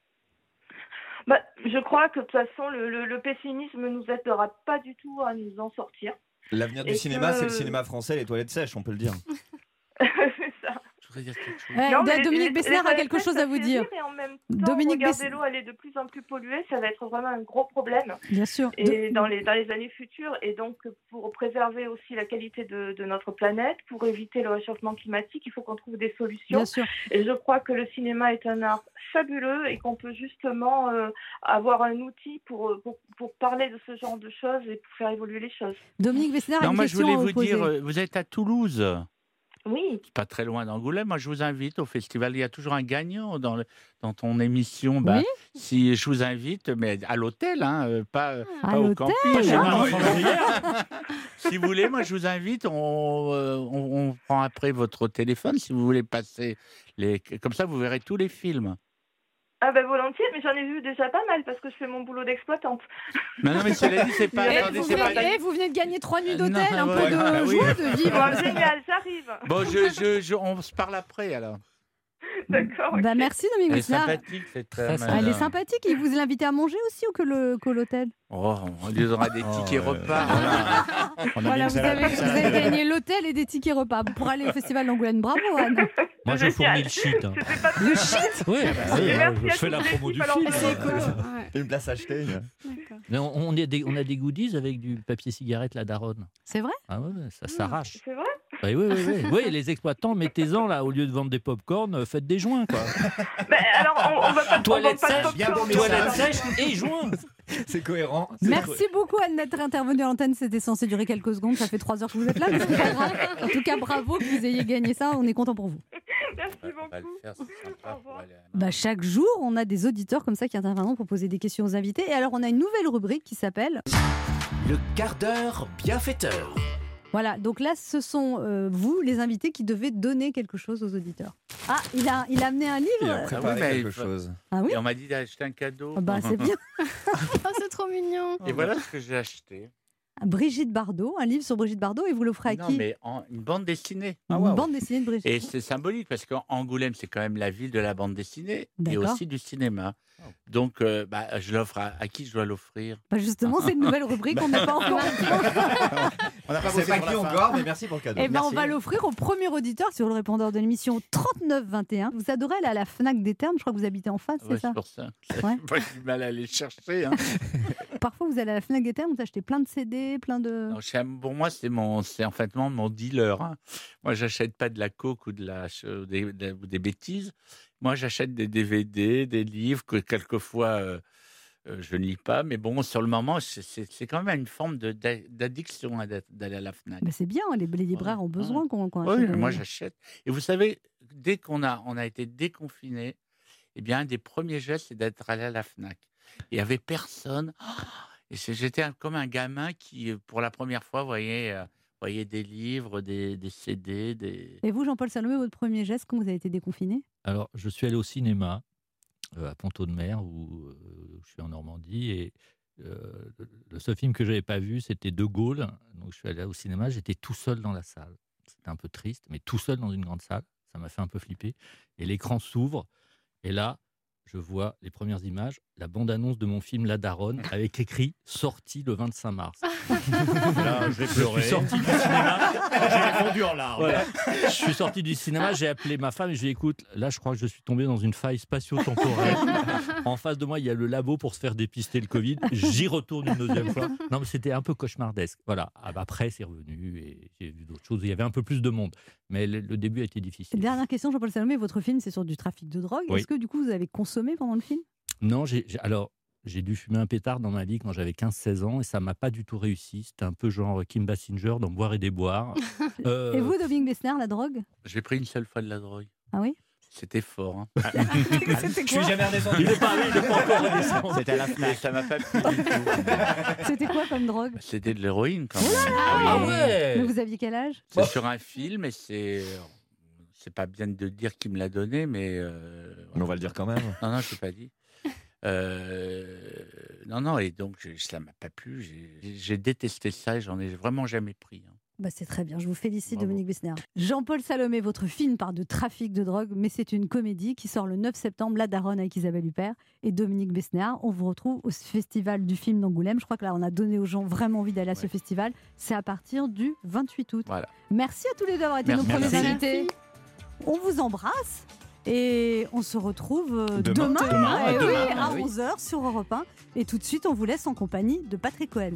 Bah, je crois que de toute façon, le, le- le pessimisme nous aidera pas du tout à nous en sortir. L'avenir Et du cinéma, que- c'est le cinéma français, les toilettes sèches, on peut le dire. Eh, Non, mais les- Dominique les- Besnard a les quelque toilettes, chose ça à vous fait dire. rire et en même temps, Dominique regardez Besn- l'eau, elle est de plus en plus polluée, ça va être vraiment un gros problème. Bien sûr. Et dans les, dans les années futures, et donc pour préserver aussi la qualité de, de notre planète, pour éviter le réchauffement climatique, il faut qu'on trouve des solutions. Bien sûr. Et je crois que le cinéma est un art fabuleux et qu'on peut justement euh, avoir un outil pour, euh, pour, pour parler de ce genre de choses et pour faire évoluer les choses. Dominique Besnard a Non, une moi je question voulais à vous vous poser. dire, euh, vous êtes à Toulouse. Oui. C'est pas très loin d'Angoulême. Moi, je vous invite au festival. Il y a toujours un gagnant dans, le- dans ton émission. Bah, Oui. Si je vous invite, mais à l'hôtel, hein, euh, pas, euh, À pas au l'hôtel, camping. hein. Chez moi, Ah, oui. si vous voulez, moi, je vous invite. On, euh, on- on prend après votre téléphone si vous voulez passer. Les... Comme ça, vous verrez tous les films. Ah ben volontiers, mais j'en ai vu déjà pas mal parce que je fais mon boulot d'exploitante. Mais non, mais cela dit, c'est pas. Eh, attendez, vous, c'est pas- Ah, venez, eh, vous venez de gagner trois nuits d'hôtel, non, un peu ouais, de bah oui. joie de vivre. Bon, génial, j'arrive. Bon, je, je- je- on se parle après alors. D'accord. Bah, merci Dominique Elle est Besnard. sympathique euh, cette Elle femme. est sympathique. Et vous l'invitez à manger aussi ou que le- que l'hôtel Oh, on lui donnera des tickets repas. Ah, Voilà, vous avez, vous avez gagné l'hôtel et des tickets repas pour aller au Festival d'Angoulême. Bravo Anne. Moi, je fournis le shit. hein. Le Ah, shit Oui, bah oui, Et moi, merci je à fais tous la les promo du équipes, alors, film. hein. c'est cool. Une place achetée. hein. Mais on, on est des, on a des goodies avec du papier cigarette, la daronne. C'est vrai Ah ouais, ouais, ça s'arrache. C'est vrai Eh Oui, oui, oui, oui. Oui, les exploitants, mettez-en là, au lieu de vendre des pop-corn, euh, faites des joints, quoi. alors, on, va pas Toilette on va pas de sèche, popcorn. toilette sèche et joints. C'est cohérent. Merci beaucoup Anne d'être intervenue à l'antenne, c'était censé durer quelques secondes, ça fait trois heures que vous êtes là, mais c'est pas grave. En tout cas, bravo que vous ayez gagné ça, on est content pour vous. Merci beaucoup. Bah, chaque jour, on a des auditeurs comme ça qui interviennent pour poser des questions aux invités. Et alors, on a une nouvelle rubrique qui s'appelle... Le quart d'heure bienfaiteur. Voilà, donc là, ce sont euh, vous, les invités, qui devez donner quelque chose aux auditeurs. Ah, il a, il a amené un livre Il a préparé Ah oui, mais quelque il faut- chose. Ah oui Et on m'a dit d'acheter un cadeau. Ah bah, c'est bien. Oh, c'est trop mignon. Et voilà ce que j'ai acheté. Brigitte Bardot, un livre sur Brigitte Bardot, et vous l'offrez à Non, qui mais en- une bande dessinée. Ah, Une bande dessinée de Brigitte. Et c'est symbolique parce qu'Angoulême, c'est quand même la ville de la bande dessinée et D'accord. aussi du cinéma. Oh. Donc, euh, bah, je l'offre à, à qui je dois l'offrir Bah, justement, c'est une nouvelle rubrique, on n'a pas encore... On n'a pas bossé sur la fin. Eh ben, on va l'offrir au premier auditeur sur le répondeur de l'émission 3921. Vous adorez aller à la Fnac des Termes, je crois que vous habitez en face, Ouais, c'est ça pour ça. Ouais. Pas du mal à aller le chercher. hein. Parfois, vous allez à la Fnac des Termes, vous achetez plein de CD, plein de. Non, chez- pour moi, c'est mon, c'est en fait mon- mon dealer. hein. Moi, j'achète pas de la coke ou de la, ou des, de- ou des bêtises. Moi, j'achète des DVD, des livres que quelquefois euh, euh, je ne lis pas. Mais bon, sur le moment, c'est- c'est c'est quand même une forme de- d'a- d'addiction hein, d'a- d'aller à la Fnac. Bah, c'est bien, les, les libraires ont besoin qu'on. qu'on Oui, achète des- moi j'achète. Et vous savez, dès qu'on a, on a été déconfiné, eh bien, un des premiers gestes, c'est d'être allé à la Fnac. Il n'y avait personne. Et c'est- j'étais un- comme un gamin qui, euh, pour la première fois, voyait, euh, voyait des livres, des, des CD, des. Et vous, Jean-Paul Salomé, votre premier geste quand vous avez été déconfiné Alors, je suis allé au cinéma euh, à Ponto de Mer, où euh, je suis en Normandie, et euh, le- le seul film que j'avais pas vu, c'était De Gaulle. Donc, je suis allé au cinéma, j'étais tout seul dans la salle. C'était un peu triste, mais tout seul dans une grande salle, ça m'a fait un peu flipper. Et l'écran s'ouvre, et là, je vois les premières images, la bande-annonce de mon film La Daronne, avec écrit sorti le 25 mars. Là, je vais pleurer. suis sorti du cinéma. J'ai fondu en Ah, larmes. Voilà. Je suis sorti du cinéma, j'ai appelé ma femme et je lui ai dit, écoute, là je crois que je suis tombé dans une faille spatio-temporelle. En face de moi, il y a le labo pour se faire dépister le Covid. J'y retourne une deuxième fois. Non, mais c'était un peu cauchemardesque. Voilà. Ah, bah, Après, c'est revenu et j'ai vu d'autres choses. Il y avait un peu plus de monde. Mais le, le début a été difficile. Dernière question, Jean-Paul Salomé, votre film c'est sur du trafic de drogue. Oui. Est-ce que du coup vous avez consommé pendant le film Non, j'ai j'ai- alors j'ai dû fumer un pétard dans ma vie quand j'avais 15-16 ans et ça m'a pas du tout réussi. C'était un peu genre Kim Basinger dans Boire et déboire. Euh, Et vous, Dominique Besnard, la drogue J'ai pris une seule fois de la drogue. Ah oui C'était fort. hein. C'était quoi Il est pas, il est pas encore redescendu. C'était à la Fnac. Ça m'a pas plu du tout. C'était quoi comme drogue C'était de l'héroïne quand même. Ah Mais vous aviez quel âge C'est sur un film et c'est. C'est pas bien de dire qui me l'a donné, mais. Mais on va le dire quand même. Non, non, je l'ai pas dit. Euh, Non, non, et donc je- ça m'a pas plu. J'ai- J'ai détesté ça et j'en ai vraiment jamais pris. hein. Bah, c'est très bien, je vous félicite Dominique Besnard. Jean-Paul Salomé, votre film parle de trafic de drogue, mais c'est une comédie qui sort le 9 septembre, La Daronne avec Isabelle Huppert et Dominique Besnard. On vous retrouve au festival du film d'Angoulême. Je crois que là, on a donné aux gens vraiment envie d'aller à ce festival. C'est à partir du 28 août. Voilà. Merci à tous les deux d'avoir été Merci. nos premiers Merci. invités. On vous embrasse et on se retrouve euh, Demain. demain, Demain, eh demain, oui, ah à oui. 11h sur Europe 1. Et tout de suite, on vous laisse en compagnie de Patrick Cohen.